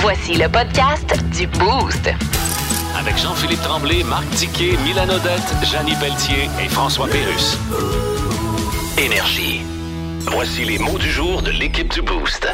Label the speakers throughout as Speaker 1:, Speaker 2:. Speaker 1: Voici le podcast du Boost.
Speaker 2: Avec Jean-Philippe Tremblay, Marc Tiquet, Milan Odette, Janine Pelletier et François Pérus. Énergie. Voici les mots du jour de l'équipe du Boost.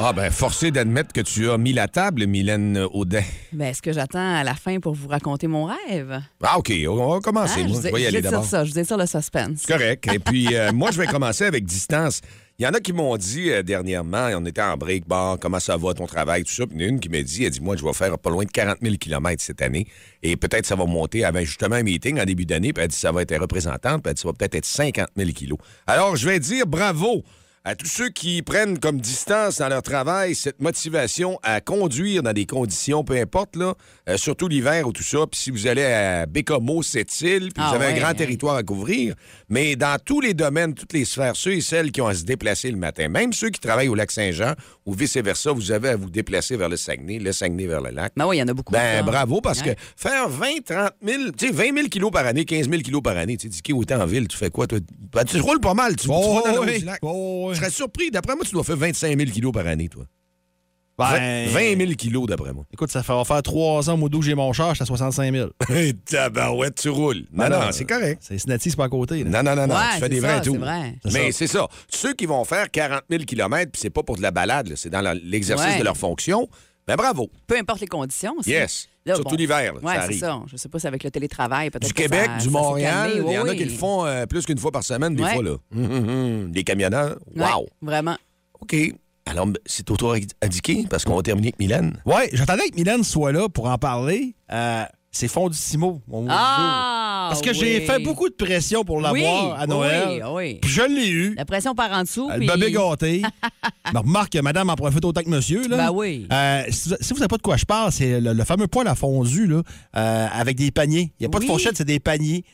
Speaker 3: Ah ben, forcé d'admettre que tu as mis la table, Mylène Audet.
Speaker 4: Ben, est-ce que j'attends à la fin pour vous raconter mon rêve?
Speaker 3: Ah OK, on va commencer.
Speaker 4: Hein?
Speaker 3: moi.
Speaker 4: je vous
Speaker 3: je
Speaker 4: ai-
Speaker 3: vais y
Speaker 4: je vous
Speaker 3: aller
Speaker 4: étire
Speaker 3: d'abord.
Speaker 4: ça, je vous étire le suspense.
Speaker 3: C'est correct. Et puis, euh, moi, je vais commencer avec distance. Il y en a qui m'ont dit euh, dernièrement, on était en break, bon, comment ça va, ton travail, tout ça. Puis il y en a une qui m'a dit, elle dit, moi, je vais faire pas loin de 40 000 km cette année. Et peut-être ça va monter avec justement un meeting en début d'année. Puis elle dit, ça va être représentante. Puis elle dit, ça va peut-être être 50 000 kilos. Alors, je vais dire bravo à tous ceux qui prennent comme distance dans leur travail cette motivation à conduire dans des conditions, peu importe, là, euh, surtout l'hiver ou tout ça. Puis si vous allez à Bécomo, cette île, puis
Speaker 4: Ah
Speaker 3: vous avez
Speaker 4: ouais,
Speaker 3: un grand
Speaker 4: hein.
Speaker 3: territoire à couvrir, mais dans tous les domaines, toutes les sphères, ceux et celles qui ont à se déplacer le matin, même ceux qui travaillent au lac Saint-Jean ou vice-versa, vous avez à vous déplacer vers le Saguenay, le Saguenay vers le lac.
Speaker 4: Ben oui, il y en a beaucoup.
Speaker 3: Ben,
Speaker 4: ça.
Speaker 3: bravo, parce
Speaker 4: Ouais.
Speaker 3: que faire 20, 30 000, tu sais, 20 000 kilos par année, 15 000 kilos par année, tu sais, dis, qui autant en ville, tu fais quoi, toi? Ben, tu roules pas mal, tu, tu
Speaker 5: Oh,
Speaker 3: vas dans le haut
Speaker 5: oui.
Speaker 3: du lac.
Speaker 5: Oh, oui.
Speaker 3: Je serais surpris, d'après moi, tu dois faire 25 000 kilos par année, toi. Ah,
Speaker 5: Ben,
Speaker 3: 20 000 kilos, d'après moi.
Speaker 5: Écoute, ça fait, va faire trois ans, moi, d'où j'ai mon char, j'étais à 65 000.
Speaker 3: Hé, tabarouette, tu roules. Ben Non, non, c'est correct.
Speaker 5: C'est Cincinnati, c'est pas à côté. là.
Speaker 3: Non, non, non, non.
Speaker 4: Ouais,
Speaker 3: tu
Speaker 4: c'est
Speaker 3: fais des
Speaker 4: ça,
Speaker 3: vrais
Speaker 4: c'est
Speaker 3: tours.
Speaker 4: vrai.
Speaker 5: C'est
Speaker 3: Mais
Speaker 5: ça.
Speaker 3: c'est ça. Ceux qui vont faire 40 000 km, puis c'est pas pour de la balade, là, c'est dans la- l'exercice
Speaker 4: Ouais.
Speaker 3: de leur fonction, ben bravo.
Speaker 4: Peu importe les conditions. aussi.
Speaker 3: Yes.
Speaker 4: Là,
Speaker 3: Surtout l'hiver, là,
Speaker 4: Ouais,
Speaker 3: ça
Speaker 4: c'est
Speaker 3: arrive.
Speaker 4: ça. Je sais pas si avec le télétravail, peut-être.
Speaker 3: Du
Speaker 4: que
Speaker 3: Québec,
Speaker 4: ça- ça
Speaker 3: du
Speaker 4: s'est
Speaker 3: Montréal,
Speaker 4: calmé,
Speaker 3: il y en a
Speaker 4: oui.
Speaker 3: qui le font euh, plus qu'une fois par semaine, des
Speaker 4: Ouais.
Speaker 3: fois, là. Hum, hum, hum. Les camionneurs,
Speaker 4: Ouais,
Speaker 3: wow.
Speaker 4: Vraiment.
Speaker 3: OK. Alors, ben, c'est au tour indiqué, parce qu'on va terminer avec Mylène.
Speaker 5: Ouais, j'attendais que Mylène soit là pour en parler. Euh, c'est Fondissimo, mon mot du jour.
Speaker 4: Ah!
Speaker 5: Parce que
Speaker 4: oui.
Speaker 5: j'ai fait beaucoup de pression pour
Speaker 4: Oui,
Speaker 5: l'avoir à Noël.
Speaker 4: Oui,
Speaker 5: Puis
Speaker 4: oui.
Speaker 5: je l'ai eu.
Speaker 4: La pression part en dessous.
Speaker 5: Le
Speaker 4: puis-
Speaker 5: bébé gâté. Euh, Ben, remarque que madame en profite autant que monsieur. Là.
Speaker 4: Ben oui.
Speaker 5: Euh, si, vous- si vous savez pas de quoi je parle, c'est le, le fameux poêle à fondue là, euh, avec des paniers. Il n'y a pas
Speaker 4: Oui.
Speaker 5: de fourchette, c'est des paniers.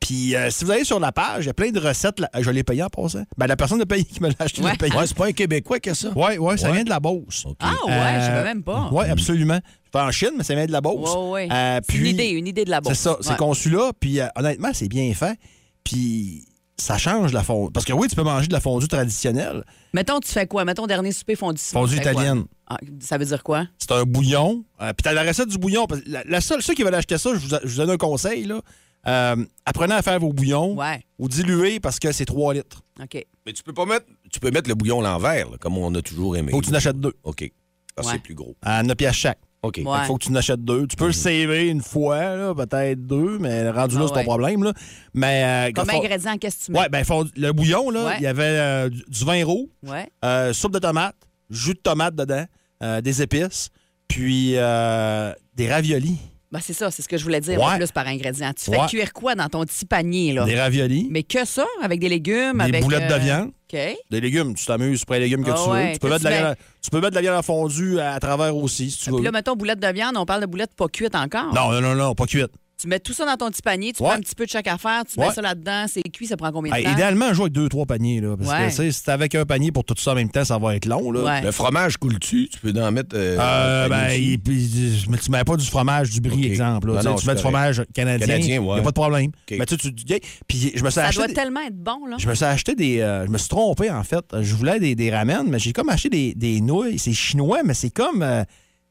Speaker 5: Puis euh, si vous allez sur la page, il y a plein de recettes. là. Je l'ai payé en passant. Ben, la personne de payé qui me l'a acheté,
Speaker 4: Ouais.
Speaker 5: l'a payé.
Speaker 3: Ouais, c'est pas un Québécois qui a ça.
Speaker 5: Oui, oui, ça vient de la Beauce.
Speaker 4: Ah ouais, je savais même pas.
Speaker 5: Oui, absolument. C'est en Chine, mais ça vient de la Beauce.
Speaker 4: Ouais, ouais.
Speaker 5: Euh,
Speaker 4: C'est
Speaker 5: puis-
Speaker 4: une idée, une idée de la
Speaker 5: C'est
Speaker 4: bourse.
Speaker 5: ça, c'est
Speaker 4: Ah Ouais.
Speaker 5: conçu là, puis euh, honnêtement, c'est bien fait. Puis ça change la fondue. Parce que oui, tu peux manger de la fondue traditionnelle.
Speaker 4: Mettons, tu fais quoi? Mettons, dernier souper fondu.
Speaker 5: Fondue
Speaker 4: Tu fais quoi?
Speaker 5: italienne.
Speaker 4: Ah, ça veut dire quoi?
Speaker 5: C'est un bouillon. Euh, puis t'as la recette du bouillon. Parce que La, la seule, ceux qui veulent acheter ça, je vous, je vous donne un conseil. Là. Euh, apprenez à faire vos bouillons
Speaker 4: Ouais.
Speaker 5: ou diluez parce que c'est 3 litres.
Speaker 4: OK.
Speaker 3: Mais tu peux pas mettre. Tu peux mettre le bouillon à l'envers, là, comme on a toujours aimé.
Speaker 5: Faut que tu en achètes deux.
Speaker 3: OK. Parce que
Speaker 4: Ouais.
Speaker 3: c'est plus gros.
Speaker 5: À 9 pièces chaque.
Speaker 3: OK.
Speaker 4: Ouais. Mhm.
Speaker 5: Faut que tu en achètes deux. Tu peux le saver une fois, là, peut-être deux, mais rendu là,
Speaker 4: Ah
Speaker 5: c'est
Speaker 4: ouais.
Speaker 5: ton problème. Là. Mais, euh,
Speaker 4: Comme
Speaker 5: fond-
Speaker 4: ingrédient, qu'est-ce que tu mets?
Speaker 5: Ouais, ben, fond- le bouillon, là, il
Speaker 4: Ouais.
Speaker 5: y avait euh, du, du vin rouge.
Speaker 4: Ouais.
Speaker 5: Euh, soupe de tomate, jus de tomate dedans, euh, des épices, puis euh, des raviolis.
Speaker 4: Ben, c'est ça, c'est ce que je voulais dire en
Speaker 5: Ouais.
Speaker 4: plus par ingrédient. Tu fais
Speaker 5: Ouais.
Speaker 4: cuire quoi dans ton petit panier, là?
Speaker 5: Des raviolis,
Speaker 4: Mais que ça, avec des légumes,
Speaker 5: Des
Speaker 4: avec. euh,
Speaker 5: boulettes de viande.
Speaker 4: OK.
Speaker 5: des légumes. Tu t'amuses, tu prends les légumes que
Speaker 4: Ah
Speaker 5: tu veux.
Speaker 4: ouais,
Speaker 5: tu, peux mettre de la
Speaker 4: qu'est-ce
Speaker 5: viande, tu peux mettre de la viande en fondue à, à travers aussi, si tu veux.
Speaker 4: Puis là, mettons, boulettes de viande, on parle de boulettes pas cuites encore.
Speaker 5: Non, non, non, non, pas cuite.
Speaker 4: Tu mets tout ça dans ton petit panier, tu
Speaker 5: Ouais.
Speaker 4: prends un petit peu de chaque affaire, tu mets
Speaker 5: Ouais.
Speaker 4: ça là-dedans, c'est cuit, ça prend combien de
Speaker 5: Hey,
Speaker 4: temps?
Speaker 5: idéalement, joue avec deux, trois paniers. Là, parce
Speaker 4: Ouais.
Speaker 5: que, tu sais, si t'es avec un panier pour tout ça en même temps, ça va être long. Là.
Speaker 4: Ouais.
Speaker 3: Le fromage coule-tu? Tu peux en mettre. euh,
Speaker 5: Euh,
Speaker 3: un
Speaker 5: ben,
Speaker 3: dessus.
Speaker 5: il- puis, mais tu mets pas du fromage du brie,
Speaker 3: Ok.
Speaker 5: exemple. là.
Speaker 3: Non,
Speaker 5: Tu sais,
Speaker 3: non,
Speaker 5: tu
Speaker 3: c'est
Speaker 5: mets du
Speaker 3: correct.
Speaker 5: fromage canadien,
Speaker 3: Canadien,
Speaker 5: il
Speaker 3: ouais.
Speaker 5: a pas de problème.
Speaker 3: Ok.
Speaker 5: Mais tu, tu, tu- puis je me suis
Speaker 4: Ça
Speaker 5: acheté
Speaker 4: doit
Speaker 5: des-
Speaker 4: tellement être bon, là.
Speaker 5: Je me suis acheté des. euh, je me suis trompé, en fait. Je voulais des, des ramen, mais j'ai comme acheté des, des nouilles. C'est chinois, mais c'est comme. euh,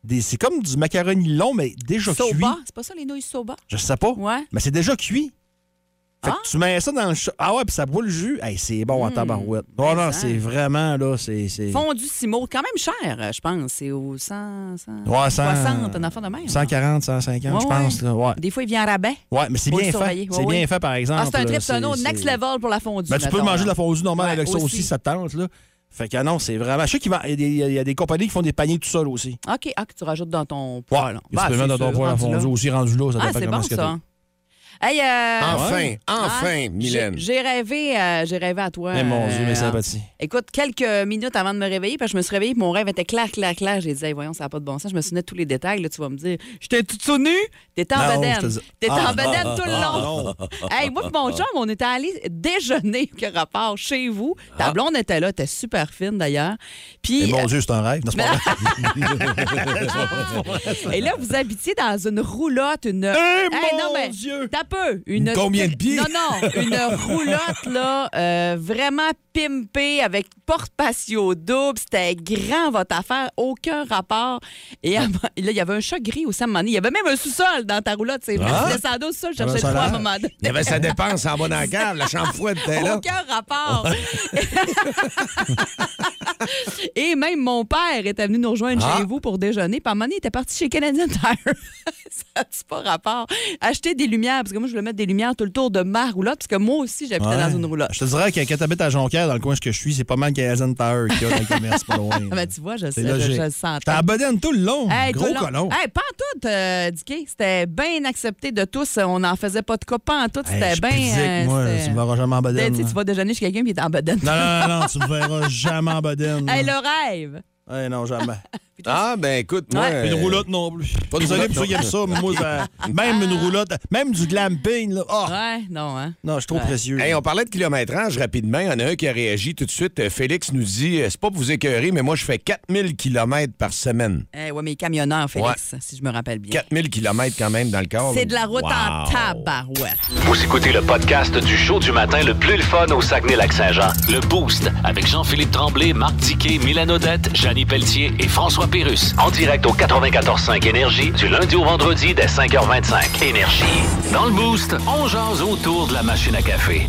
Speaker 5: des, c'est comme du macaroni long, mais déjà cuit.
Speaker 4: Soba, c'est pas ça les nouilles soba?
Speaker 5: Je sais pas.
Speaker 4: Ouais.
Speaker 5: Mais c'est déjà cuit. Fait
Speaker 4: Ah. Hmm.
Speaker 5: que tu mets ça dans le. ch- Ah ouais, puis ça boit le jus. Hey, c'est bon en tabarouette. Non, non,
Speaker 4: Exact.
Speaker 5: c'est vraiment, là. C'est. c'est-
Speaker 4: Fondu Simo, quand même cher, euh, je pense. C'est au 100, 100
Speaker 5: Ouais, cent-
Speaker 4: 60, un enfant de même.
Speaker 5: 140, 150, je
Speaker 4: Ouais,
Speaker 5: pense.
Speaker 4: ouais.
Speaker 5: là, Ouais.
Speaker 4: Des fois, il vient en rabais.
Speaker 5: ouais, mais c'est
Speaker 4: Faut
Speaker 5: bien
Speaker 4: le
Speaker 5: fait.
Speaker 4: surveiller, ouais,
Speaker 5: c'est
Speaker 4: ouais.
Speaker 5: bien fait, par exemple.
Speaker 4: Ah, c'est un
Speaker 5: là,
Speaker 4: trip, c'est un autre
Speaker 5: c'est-
Speaker 4: next level pour la fondue.
Speaker 5: Ben, tu peux
Speaker 4: mettons,
Speaker 5: manger
Speaker 4: là.
Speaker 5: de la fondue normale
Speaker 4: Ouais,
Speaker 5: avec ça aussi,
Speaker 4: aussi.
Speaker 5: ça te tente, là. Fait que ah non, c'est vraiment. Je sais qu'il va- il y a des- il y a des compagnies qui font des paniers tout seuls aussi.
Speaker 4: OK, ah, que tu rajoutes dans ton
Speaker 5: Ouais,
Speaker 4: poêle.
Speaker 5: tu peux mettre dans ton poêle à fondue aussi rendu là, ça
Speaker 4: Ah,
Speaker 5: dépend
Speaker 4: c'est
Speaker 5: comment
Speaker 4: bon,
Speaker 5: est-ce que
Speaker 4: ça. Hey, euh,
Speaker 3: Enfin,
Speaker 4: ouais. Ah,
Speaker 3: enfin,
Speaker 4: J'ai-
Speaker 3: Mylène.
Speaker 4: J'ai rêvé, euh, j'ai rêvé à toi.
Speaker 5: Eh, mon Dieu, mes
Speaker 4: euh,
Speaker 5: sympathies.
Speaker 4: Écoute, quelques minutes avant de me réveiller, parce que je me suis réveillée, mon rêve était clair, clair, clair. J'ai dit, Hey, voyons, ça n'a pas de bon sens. Je me souvenais de tous les détails. Là, tu vas me dire, j'étais toute tout nue, t'étais en
Speaker 5: Non,
Speaker 4: bedaine.
Speaker 5: je te dis-
Speaker 4: T'étais
Speaker 5: Ah,
Speaker 4: en bedaine tout le
Speaker 5: ah,
Speaker 4: long. Hey, moi et mon chum, on était allés déjeuner, que rapport, chez vous. Ta blonde était là, t'es super fine d'ailleurs.
Speaker 5: Ah. Et
Speaker 4: Puis,
Speaker 5: mon Dieu, c'est un rêve. Non,
Speaker 4: Ben,
Speaker 5: c'est pas vrai.
Speaker 4: Et là, vous habitiez dans une roulotte, une. Hey, non,
Speaker 5: Eh, mon
Speaker 4: mais,
Speaker 5: Dieu!
Speaker 4: T'as peu! Une...
Speaker 3: Combien de pieds?
Speaker 4: Non, non, une roulotte, là, euh, vraiment pimpée, avec porte patio double. C'était grand, votre affaire, aucun rapport. Et à un moment- là, il y avait un chat gris aussi à un moment donné. Il y avait même un sous-sol dans ta roulotte. C'est vrai.
Speaker 3: Ah!
Speaker 4: Je descendais au sol, je
Speaker 5: J'avais
Speaker 4: cherchais
Speaker 5: un
Speaker 4: le froid à un
Speaker 5: solaire.
Speaker 4: moment donné.
Speaker 3: Il y avait sa dépense en bas dans la cave, la chambre froide était là.
Speaker 4: Aucun rapport. Et même mon père était venu nous rejoindre
Speaker 3: Ah.
Speaker 4: chez vous pour déjeuner. Puis à un moment donné, il était parti chez Canadian Tire. ça n'a pas rapport. Acheter des lumières, parce que moi, je voulais mettre des lumières tout le tour de ma roulotte, parce que moi aussi, j'habitais
Speaker 5: Ouais.
Speaker 4: dans une roulotte.
Speaker 5: Je te dirais que quand t'habites à Jonquière, dans le coin où je suis, c'est pas mal Kazan Tower qu'il y a dans le commerce pas loin.
Speaker 4: Ah, ben, tu vois, je
Speaker 5: C'est
Speaker 4: sais, je,
Speaker 5: logique.
Speaker 4: je le sentais.
Speaker 5: T'as abonné tout le long.
Speaker 4: Hey, Ah, tout
Speaker 5: Gros
Speaker 4: le long.
Speaker 5: colon.
Speaker 4: Hey, pas en tout, euh, Dicky. C'était bien accepté de tous. On n'en faisait pas de cas. Pas en tout,
Speaker 5: Hey,
Speaker 4: c'était
Speaker 5: je suis
Speaker 4: bien.
Speaker 5: pudique,
Speaker 4: euh,
Speaker 5: moi,
Speaker 4: c'était-
Speaker 5: tu me verras jamais en bedaine.
Speaker 4: Tu sais, tu vas déjeuner chez quelqu'un qui est en bedaine.
Speaker 5: Non, non, non, non, tu me verras jamais en bedaine.
Speaker 4: Hey, le rêve!
Speaker 5: Hey, non, jamais.
Speaker 3: Ah, ben écoute, moi.
Speaker 4: Ouais.
Speaker 5: Puis
Speaker 3: euh,
Speaker 5: Une roulotte non plus.
Speaker 3: Pas de
Speaker 5: Désolé
Speaker 3: roulotte,
Speaker 5: pour ceux qui aiment ça, mais moi, ça- même une roulotte, même du glamping, là. Ah!
Speaker 4: Ouais, non, hein?
Speaker 5: Non, je suis trop précieux.
Speaker 3: euh, Hey, on parlait de kilométrage rapidement. Il y en a un qui a réagi tout de suite. Euh, Félix nous dit euh, C'est pas pour vous écœurer, mais moi, je fais 4000 km par semaine.
Speaker 4: Eh ouais, mais camionneur, Félix, si je me rappelle bien.
Speaker 3: 4000 km quand même dans le corps.
Speaker 4: C'est de la route en
Speaker 3: Wow.
Speaker 4: tabarouette.
Speaker 2: Vous écoutez le podcast du show du matin le plus le fun au Saguenay-Lac-Saint-Jean. Le Boost avec Jean-Philippe Tremblay, Marc Diquet, Milan Odette, Janine Pelletier et François Pérus. En direct au 94.5 Énergie du lundi au vendredi dès 5h25. Énergie. Dans le Boost, on jase autour de la machine à café.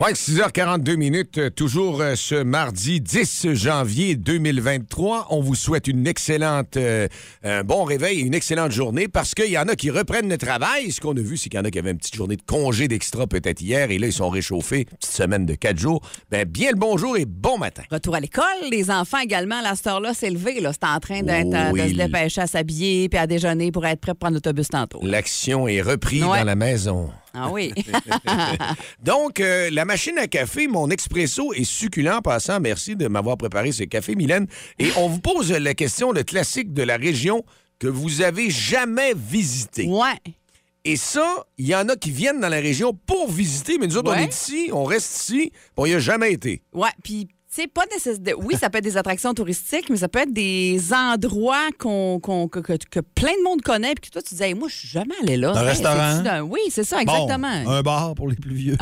Speaker 3: Ouais, 6h42 minutes, euh, toujours euh, ce mardi 10 janvier 2023. On vous souhaite une excellente, euh, un bon réveil et une excellente journée parce qu'il y en a qui reprennent le travail. Ce qu'on a vu, c'est qu'il y en a qui avaient une petite journée de congé d'extra peut-être hier et là, ils sont réchauffés. Petite semaine de quatre jours. Ben, bien le bonjour et bon matin.
Speaker 4: Retour à l'école, les enfants également, la cette heure-là, c'est levé. là. C'est en train d'être, euh,
Speaker 3: Oui.
Speaker 4: de se dépêcher à s'habiller puis à déjeuner pour être prêt pour prendre l'autobus tantôt.
Speaker 3: L'action est reprise
Speaker 4: Ouais.
Speaker 3: dans la maison.
Speaker 4: Ah oui.
Speaker 3: Donc, euh, la machine à café, mon expresso est succulent en passant. Merci de m'avoir préparé ce café, Mylène. Et on vous pose la question, le classique de la région que vous avez jamais visitée.
Speaker 4: ouais.
Speaker 3: Et ça, il y en a qui viennent dans la région pour visiter, mais nous autres, on
Speaker 4: Ouais.
Speaker 3: est ici, on reste ici, on n'y a jamais été.
Speaker 4: Ouais. Puis, tu sais, pas nécessairement. Oui, ça peut être des attractions touristiques, mais ça peut être des endroits qu'on, qu'on- que, que- que plein de monde connaît. Puis que toi, tu dis, Hey, moi, je suis jamais allé là.
Speaker 5: Un restaurant.
Speaker 4: c'est-tu d'un- Oui, c'est ça,
Speaker 5: Bon,
Speaker 4: exactement. Ah.
Speaker 5: un bar pour les plus vieux.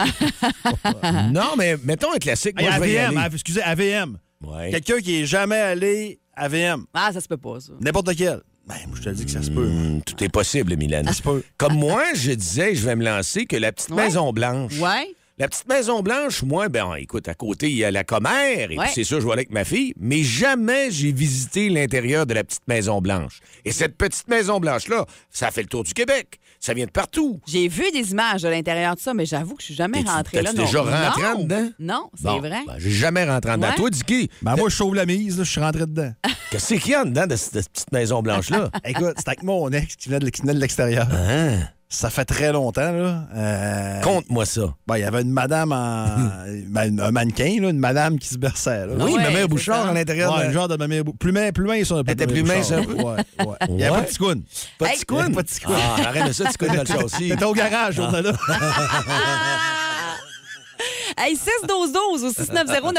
Speaker 3: non, mais mettons un classique,
Speaker 5: Hey,
Speaker 3: moi, je vais y
Speaker 5: AVM,
Speaker 3: aller.
Speaker 5: ah, excusez, AVM.
Speaker 3: Ouais.
Speaker 5: Quelqu'un qui est jamais allé à VM,
Speaker 4: Ah, ça se peut pas, ça.
Speaker 5: n'importe lequel. Ben, moi, je te dis que ça se peut.
Speaker 3: Hum, Tout est possible, Mylène.
Speaker 5: Ça se peut.
Speaker 3: Comme moi, je disais, je vais me lancer que la petite
Speaker 4: Ouais.
Speaker 3: Maison Blanche.
Speaker 4: Ouais.
Speaker 3: La petite Maison Blanche, moi, ben écoute, à côté, il y a la commère, et
Speaker 4: Ouais.
Speaker 3: puis c'est ça, je vois avec ma fille, mais jamais j'ai visité l'intérieur de la petite Maison Blanche. Et cette petite Maison Blanche-là, ça fait le tour du Québec, ça vient de partout.
Speaker 4: J'ai vu des images de l'intérieur de ça, mais j'avoue que je suis jamais
Speaker 3: T'es-tu-
Speaker 4: rentrée là.
Speaker 3: t'as-tu
Speaker 4: non.
Speaker 3: déjà rentré
Speaker 4: non.
Speaker 3: dedans?
Speaker 4: Non, c'est
Speaker 3: Bon,
Speaker 4: vrai.
Speaker 3: ben, j'ai jamais rentré en dedans.
Speaker 4: Ouais.
Speaker 3: Toi, Dicky,
Speaker 5: Ben, moi, je sauve la mise, là, je suis rentré dedans.
Speaker 3: qu'est-ce qu'il y a en dedans de cette de cette petite Maison Blanche-là?
Speaker 5: Écoute, c'est avec mon ex qui venait de, qui venait de l'extérieur.
Speaker 3: Hein?
Speaker 5: Ça fait très longtemps, là. Euh,
Speaker 3: Conte-moi ça.
Speaker 5: ben, il y avait une madame en. ben, un mannequin, là, une madame qui se berçait, là.
Speaker 4: Oui, ouais, ma mère c'est Bouchard ça. à
Speaker 3: l'intérieur.
Speaker 5: Ouais, le genre de mamie. Plus main, plus main, ça.
Speaker 3: Elle était plus mince un peu.
Speaker 5: Ouais, ouais. Il n'y avait
Speaker 3: Ouais.
Speaker 5: pas de ticoune.
Speaker 3: Pas
Speaker 4: Hey.
Speaker 3: de ticoune?
Speaker 5: Pas de ticoune.
Speaker 3: Ah, arrête de ça, ticoune dans le châssis. Ah.
Speaker 5: T'étais au garage, on là.
Speaker 4: Ah, Hey, 612 ou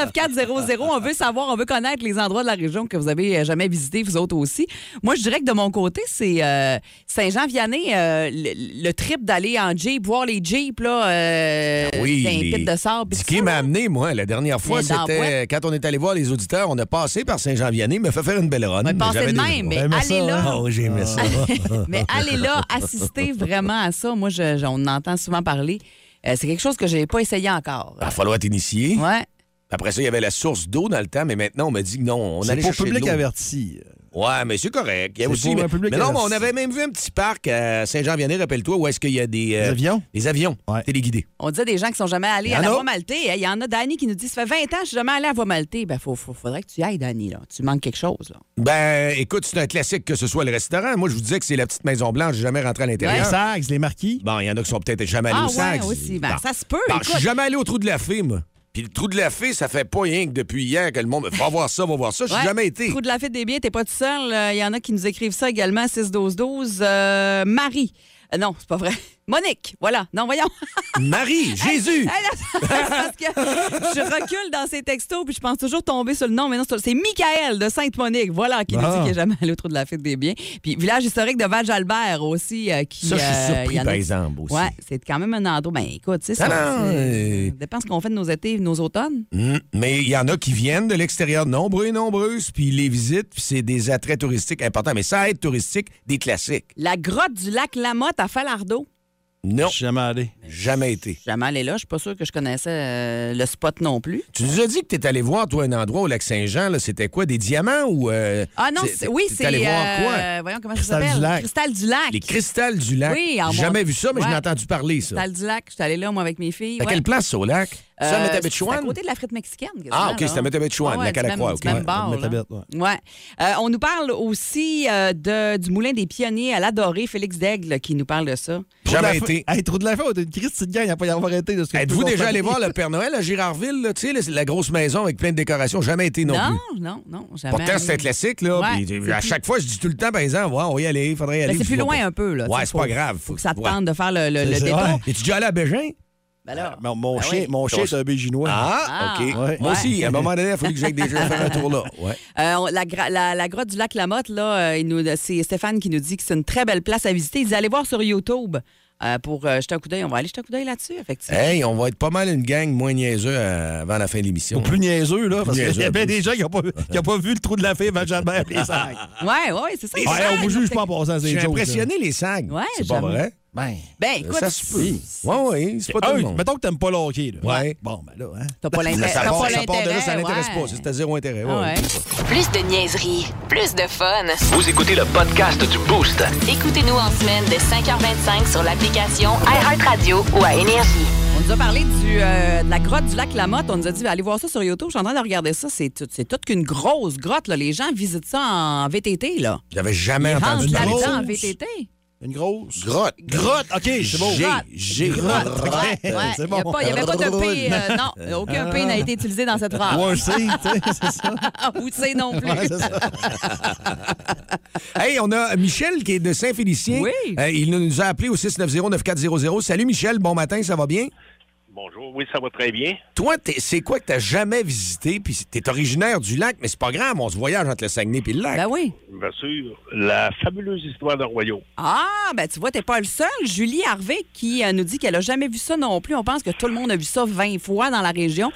Speaker 4: 690-9400, on veut savoir, on veut connaître les endroits de la région que vous avez euh, jamais visités, vous autres aussi. Moi, je dirais que de mon côté, c'est euh, Saint-Jean-Vianney, euh, le, le trip d'aller en Jeep, voir les Jeeps, là, euh,
Speaker 3: Ah Oui,
Speaker 4: dans les
Speaker 3: les-
Speaker 4: pits de sable. pis tout
Speaker 3: Dicky
Speaker 4: ça,
Speaker 3: m'a
Speaker 4: là.
Speaker 3: amené, moi, la dernière fois,
Speaker 4: Mais dans
Speaker 3: c'était quand on est allé voir les auditeurs, on a passé par Saint-Jean-Vianney, m'a fait faire une belle run.
Speaker 4: Ouais, passer
Speaker 3: J'avais
Speaker 4: de
Speaker 3: des-
Speaker 4: même, mais
Speaker 5: J'aimais ça,
Speaker 4: allez là. Ah.
Speaker 5: hein?
Speaker 3: Oh, j'ai aimé ça.
Speaker 4: Mais allez là, assistez vraiment à ça. Moi, je, je- on entend souvent parler. Euh, c'est quelque chose que j'ai pas essayé encore.
Speaker 3: Il va falloir t'initier.
Speaker 4: Ouais.
Speaker 3: Après ça, il y avait la source d'eau dans le temps, mais maintenant, on m'a dit que non, on
Speaker 5: C'est
Speaker 3: allait
Speaker 5: pour
Speaker 3: chercher de
Speaker 5: public
Speaker 3: l'eau. Hein?
Speaker 5: averti.
Speaker 3: Ouais, mais c'est correct. Il y a
Speaker 5: C'est
Speaker 3: aussi.
Speaker 5: pour
Speaker 3: Mais,
Speaker 5: un public
Speaker 3: mais non, mais
Speaker 5: averti.
Speaker 3: on avait même vu un petit parc à Saint-Jean-Vianney, rappelle-toi, où est-ce qu'il y a des. euh,
Speaker 5: Des avions?
Speaker 3: Des avions
Speaker 5: Ouais.
Speaker 3: téléguidés.
Speaker 4: On disait des gens qui sont jamais allés
Speaker 3: Y en
Speaker 4: à la
Speaker 3: a.
Speaker 4: Voie Maltée. hein. Il y en a, Danny, qui nous dit Ça fait 20 ans que je suis jamais allé à Voie Maltée. Ben, faut, faut- faudrait que tu y ailles, Danny. Là. Tu manques quelque chose. Là.
Speaker 3: Ben, écoute, c'est un classique que ce soit le restaurant. Moi, je vous disais que c'est la petite Maison Blanche, j'ai jamais rentré à
Speaker 5: Les
Speaker 3: l'intérieur.
Speaker 5: Sags, les marquis.
Speaker 3: Bon, il y en a qui sont peut-être jamais allés
Speaker 4: Ah,
Speaker 3: au Sags.
Speaker 4: ouais, aussi. Ben,
Speaker 3: Bon.
Speaker 4: ça se peut.
Speaker 3: Bon, je
Speaker 4: écoute.
Speaker 3: suis jamais allé au trou de la fée, moi. Puis le trou de la fée, ça fait pas rien que depuis hier que le monde. Va voir ça, va voir ça. Je suis
Speaker 4: Ouais.
Speaker 3: jamais été.
Speaker 4: Trou de la fête des biens, t'es pas tout seul. Euh, Il y en a qui nous écrivent ça également, 6-12-12. Euh, Marie. Euh, non, c'est pas vrai. Monique, voilà. Non, voyons.
Speaker 3: Marie, Jésus!
Speaker 4: Hey, là, c'est parce que je recule dans ces textos puis je pense toujours tomber sur le nom. Mais non, c'est c'est Michael de Sainte-Monique, voilà, qui nous dit
Speaker 5: Ah.
Speaker 4: qu'il n'est jamais allé au trou de la fête des biens. Puis village historique de Val-Jalbert aussi. euh, qui,
Speaker 3: Ça, je suis
Speaker 4: euh, il
Speaker 3: surpris,
Speaker 4: y en a
Speaker 3: par
Speaker 4: qui-
Speaker 3: exemple, aussi.
Speaker 4: Ouais, c'est quand même un endroit. Ben écoute, c'est ça.
Speaker 3: Ah non,
Speaker 4: c'est-
Speaker 3: euh,
Speaker 4: Ça dépend ce qu'on fait de nos étés et de nos automnes.
Speaker 3: Mm, mais il y en a qui viennent de l'extérieur, nombreux et nombreuses, puis les visites, puis c'est des attraits touristiques importants. Mais ça aide touristique, des classiques.
Speaker 4: La grotte du lac Lamotte à Falardeau.
Speaker 3: Non,
Speaker 5: Je suis jamais allé.
Speaker 3: jamais été.
Speaker 4: Jamais allé là. Je suis pas sûr que je connaissais euh, le spot non plus.
Speaker 3: Tu nous as dit que tu allé voir, toi, un endroit au lac Saint-Jean, là, c'était quoi, des diamants ou... euh,
Speaker 4: Ah non,
Speaker 3: t'es-
Speaker 4: c'est- oui,
Speaker 3: t'es
Speaker 4: c'est.
Speaker 3: allé voir quoi?
Speaker 4: euh, voyons comment ça
Speaker 5: Cristal du
Speaker 4: s'appelle.
Speaker 5: lac.
Speaker 4: Cristal du lac.
Speaker 3: Les cristals du lac.
Speaker 4: Oui, en
Speaker 3: J'ai jamais
Speaker 4: mon-
Speaker 3: vu ça, mais je
Speaker 4: Ouais.
Speaker 3: l'ai entendu parler, ça.
Speaker 4: Cristal du lac. Je suis allée là, moi, avec mes filles.
Speaker 3: À
Speaker 4: ouais.
Speaker 3: quelle place, ça, au lac?
Speaker 4: Euh,
Speaker 3: ça, à
Speaker 4: C'est à
Speaker 3: Métabetchouane?
Speaker 4: côté de la frite mexicaine. quasiment,
Speaker 3: Ah, OK,
Speaker 4: là.
Speaker 3: c'est à Métabetchouane,
Speaker 4: Ah ouais,
Speaker 3: la
Speaker 4: du
Speaker 3: Calacroix,
Speaker 4: même-
Speaker 3: OK.
Speaker 4: du même bar, là.
Speaker 5: Métabet, ouais.
Speaker 4: Ouais. Euh, on nous parle aussi euh, de, du Moulin des Pionniers à l'adoré Félix Daigle qui nous parle de ça.
Speaker 3: Jamais
Speaker 5: Trou de la
Speaker 3: été.
Speaker 5: Fée- Hey, trou de la fête, une crise, petite gang, il n'y a pas y avoir été. de ce que je
Speaker 3: Êtes-vous
Speaker 5: peux
Speaker 3: déjà
Speaker 5: constater.
Speaker 3: allé voir le Père Noël à Girardville, là, tu sais, la- la grosse maison avec plein de décorations? Jamais été non, plus.
Speaker 4: non, non, jamais.
Speaker 3: Pourtant, c'était
Speaker 4: allé.
Speaker 3: classique, là.
Speaker 4: Ouais,
Speaker 3: puis,
Speaker 4: c'est
Speaker 3: à
Speaker 4: plus-
Speaker 3: chaque fois, je dis tout le temps, par exemple, ouais, on va y aller, faudrait y aller.
Speaker 4: Ben, c'est
Speaker 3: puis
Speaker 4: plus
Speaker 3: je vais
Speaker 4: loin
Speaker 3: pas.
Speaker 4: un peu. Là, tu
Speaker 3: Ouais,
Speaker 4: sais,
Speaker 3: c'est
Speaker 4: faut-
Speaker 3: pas grave.
Speaker 4: Faut que ça te
Speaker 3: Ouais.
Speaker 4: tente de faire le, le, le
Speaker 5: C'est ça,
Speaker 4: détour.
Speaker 5: ouais.
Speaker 3: Es-tu déjà allé à Bégin?
Speaker 4: Ben là,
Speaker 5: Mon, mon
Speaker 4: Ah
Speaker 5: chien,
Speaker 4: oui.
Speaker 5: mon chien,
Speaker 3: Ton-
Speaker 5: c'est un béginois.
Speaker 3: Ah,
Speaker 4: Ah.
Speaker 3: OK.
Speaker 5: Ouais.
Speaker 3: Moi
Speaker 4: Ouais.
Speaker 3: aussi, à un moment donné, il a fallu que j'aille des gens faire un tour là. Ouais.
Speaker 4: euh, on- la, gra- la- la grotte du lac Lamotte, là, euh, il nous- c'est Stéphane qui nous dit que c'est une très belle place à visiter. Ils allaient voir sur YouTube euh, pour euh, jeter un coup d'œil. On va aller jeter un coup d'œil là-dessus, effectivement.
Speaker 3: Hey, on va être pas mal une gang moins niaiseux euh, avant la fin de l'émission.
Speaker 5: Ou plus niaiseux, là, parce qu'il y
Speaker 3: niaiseux,
Speaker 5: a bien
Speaker 3: plus.
Speaker 5: des gens qui n'ont pas, qui ont pas vu le trou de la fée, Val-Jalbert, les Sags.
Speaker 3: Eh.
Speaker 4: Ouais, ouais, c'est ça.
Speaker 3: Et
Speaker 4: c'est
Speaker 3: ça,
Speaker 5: Ouais,
Speaker 4: ça.
Speaker 5: on vous juge pas en passant,
Speaker 3: Je
Speaker 5: c'est
Speaker 3: suis
Speaker 5: des jokes,
Speaker 3: impressionné, les sags.
Speaker 4: Ouais,
Speaker 3: c'est pas
Speaker 4: jamais.
Speaker 3: vrai.
Speaker 5: là. Ben,
Speaker 4: Ben écoute,
Speaker 3: ça se peut. Ouais, ouais, c'est pas tout
Speaker 5: un,
Speaker 3: le monde.
Speaker 5: Ah mettons que t'aimes pas le hockey, là.
Speaker 3: Ouais.
Speaker 5: Bon, ben là, hein.
Speaker 4: t'as pas l'intérêt.
Speaker 3: Mais ça
Speaker 4: t'as
Speaker 3: part,
Speaker 4: pas
Speaker 3: ça part de là,
Speaker 4: l'intérêt,
Speaker 3: ça n'intéresse pas.
Speaker 4: ouais.
Speaker 3: C'est à zéro intérêt. ouais,
Speaker 4: Ah ouais.
Speaker 3: ouais.
Speaker 1: Plus de niaiserie, plus de fun.
Speaker 2: Vous écoutez le podcast du Boost.
Speaker 1: Écoutez-nous en semaine de 5h25 sur l'application iHeartRadio ou à Énergie.
Speaker 4: On nous a parlé du, euh, de la grotte du lac Lamotte. On nous a dit, ben, allez voir ça sur YouTube. Je suis en train de regarder ça. C'est tout- c'est toute qu'une grosse grotte. Là. Les gens visitent ça en VTT. là.
Speaker 3: J'avais jamais entendu
Speaker 4: Rentrent
Speaker 3: parler de
Speaker 4: là-dedans
Speaker 3: ça.
Speaker 4: en VTT.
Speaker 5: Une grosse.
Speaker 3: Grotte.
Speaker 5: Grotte, OK, c'est bon.
Speaker 3: J'ai-
Speaker 4: Grotte.
Speaker 3: J'ai.
Speaker 4: Ouais, ouais.
Speaker 5: C'est bon.
Speaker 4: Il n'y avait pas de P. euh, non, aucun P n'a été utilisé dans cette phrase.
Speaker 5: Ouais, c'est, tu sais, c'est ça.
Speaker 4: Ah, Ou tu sais non plus.
Speaker 5: Ouais, c'est ça.
Speaker 3: Hey, on a Michel qui est de Saint-Félicien.
Speaker 4: Oui.
Speaker 3: Euh, il nous a appelé au 690-9400. Salut Michel, bon matin, ça va bien?
Speaker 6: Bonjour, oui, ça va très bien.
Speaker 3: Toi, t'es- c'est quoi que t'as jamais visité? Puis t'es originaire du lac, mais c'est pas grave, on se voyage entre le Saguenay et le lac.
Speaker 4: ben oui.
Speaker 6: Bien sûr, la fabuleuse histoire d'un royaume.
Speaker 4: Ah, ben tu vois, t'es pas le seul. Julie Harvey qui euh, nous dit qu'elle a jamais vu ça non plus. On pense que tout le monde a vu ça 20 fois dans la région.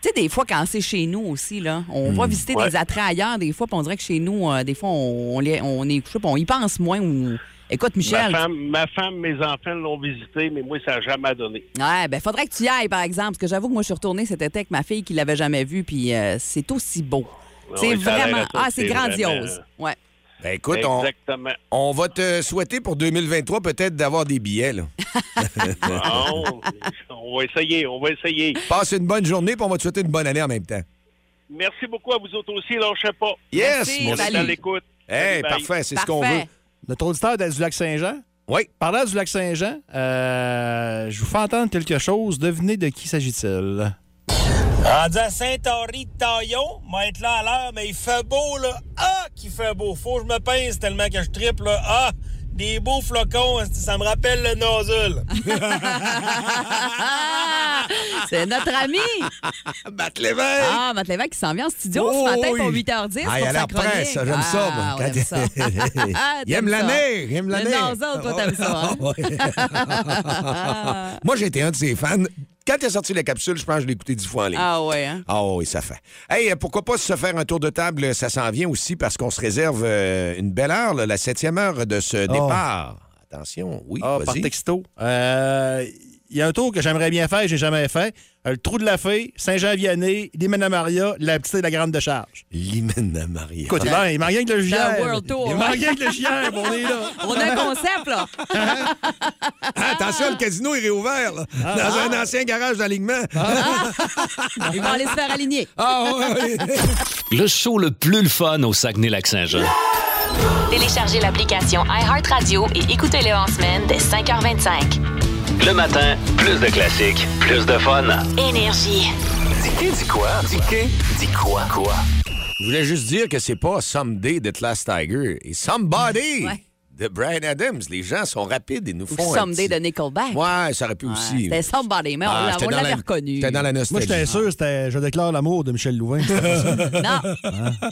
Speaker 4: Tu sais, des fois, quand c'est chez nous aussi, là, on va visiter
Speaker 6: Hmm. Ouais.
Speaker 4: des attraits ailleurs des fois, puis on dirait que chez nous, euh, des fois, on, on, les- on est couché, puis on y pense moins. Ou... Écoute,
Speaker 6: Ma
Speaker 4: Michel,
Speaker 6: femme, ma femme, mes enfants l'ont visité, mais moi, ça n'a jamais donné.
Speaker 4: ouais, ben faudrait que tu y ailles, par exemple, parce que j'avoue que moi, je suis retournée cet été avec ma fille qui l'avait jamais vu, puis euh, c'est aussi beau.
Speaker 6: Ouais,
Speaker 4: c'est
Speaker 6: ça a l'air
Speaker 4: vraiment...
Speaker 6: à ça,
Speaker 4: Ah, c'est
Speaker 6: c'est euh,
Speaker 4: grandiose. Ouais.
Speaker 3: Ben écoute, on,
Speaker 6: Exactement.
Speaker 3: on va te souhaiter pour 2023 peut-être d'avoir des billets. là.
Speaker 6: Bon, Ah, on va essayer, on va essayer.
Speaker 3: Passe une bonne journée, puis on va te souhaiter une bonne année en même temps.
Speaker 6: Merci beaucoup à vous autres aussi, lâchez pas.
Speaker 3: Yes,
Speaker 4: Merci,
Speaker 3: mon
Speaker 6: On est
Speaker 4: salut.
Speaker 6: à
Speaker 3: ami.
Speaker 6: l'écoute.
Speaker 3: Hey,
Speaker 6: Salut, bye.
Speaker 3: parfait, c'est ce qu'on veut.
Speaker 4: Ben, Parfait.
Speaker 5: Notre auditeur du lac Saint-Jean.
Speaker 3: Oui.
Speaker 5: Parlant du lac Saint-Jean, euh, je vous fais entendre quelque chose. Devinez de qui s'agit-il.
Speaker 7: Rendu à Saint-Henri de Taillon, m'a être là à l'heure, mais il fait beau, là. Ah, qu'il fait beau. Faut que je me pince tellement que je tripe, là. Ah, des beaux flocons, esti, ça me rappelle le nozzle.
Speaker 4: Ah, c'est notre ami.
Speaker 3: Batte les verres!
Speaker 4: Ah, Matt Lévesque qui s'en vient en studio
Speaker 3: Oh,
Speaker 4: ce matin pour
Speaker 3: oui.
Speaker 4: 8h10
Speaker 3: Ah, il a
Speaker 4: pour sa
Speaker 3: l'air
Speaker 4: chronique.
Speaker 3: prêt, ça, j'aime ça, moi.
Speaker 4: Ah, on aime ça. Ah,
Speaker 3: Il aime Ah,
Speaker 4: t'aimes
Speaker 3: la
Speaker 4: ça.
Speaker 3: neige, il aime la
Speaker 4: Le
Speaker 3: neige.
Speaker 4: nasal, toi, t'aimes ça, hein?
Speaker 3: Ouais. Moi, j'étais un de ses fans. Quand il a sorti la capsule, je pense que je l'ai écouté dix fois en ligne. Ah.
Speaker 4: Ah ouais, hein?
Speaker 3: oui, ça fait. Hey, euh, pourquoi pas se faire un tour de table? euh, Ça s'en vient aussi parce qu'on se réserve euh, une belle heure, là, la septième heure de ce départ. Attention, oui,
Speaker 5: Oh. Ah, par
Speaker 3: vas-y.
Speaker 5: texto. Euh, il y a un tour que j'aimerais bien faire, j'ai jamais fait. Euh, le Trou de la Fée, Saint-Jean-Vianney, Maria, la petite et la grande de charge.
Speaker 3: L'hymen Maria.
Speaker 5: Écoute, il manque- il manque rien que le JR.
Speaker 4: World Tour, hein.
Speaker 5: Il
Speaker 4: ouais.
Speaker 5: manque rien que le JR, on est là.
Speaker 4: On a un concept, là.
Speaker 3: Ah, attention, le casino est réouvert, là,
Speaker 5: Ah.
Speaker 3: dans un ancien garage d'alignement.
Speaker 4: Ils vont aller se faire aligner.
Speaker 3: Ah, ouais, ouais.
Speaker 2: Le show le plus le fun au Saguenay-Lac-Saint-Jean.
Speaker 1: Téléchargez l'application iHeartRadio et écoutez-le en semaine dès 5h25.
Speaker 2: Le matin, plus de classiques, plus de fun.
Speaker 1: Énergie.
Speaker 2: Dis dis quoi? Dis dis quoi? Quoi?
Speaker 3: Je voulais juste dire que c'est pas Someday de Class Tiger et Somebody
Speaker 4: Ouais.
Speaker 3: de Brian Adams. Les gens sont rapides et nous
Speaker 4: Ou
Speaker 3: font. un
Speaker 4: Someday de
Speaker 3: petit-
Speaker 4: Nickelback.
Speaker 3: Ouais, ça aurait pu aussi.
Speaker 4: C'était Somebody, mais on
Speaker 3: Ah,
Speaker 4: l'a-
Speaker 3: j'étais
Speaker 4: on
Speaker 3: dans
Speaker 4: l'avait
Speaker 3: la-
Speaker 4: reconnu.
Speaker 3: J'étais dans la
Speaker 5: Moi,
Speaker 3: nostalgie.
Speaker 5: j'étais sûr, c'était Je déclare l'amour de Michel Louvain.
Speaker 4: Non,
Speaker 3: Ah.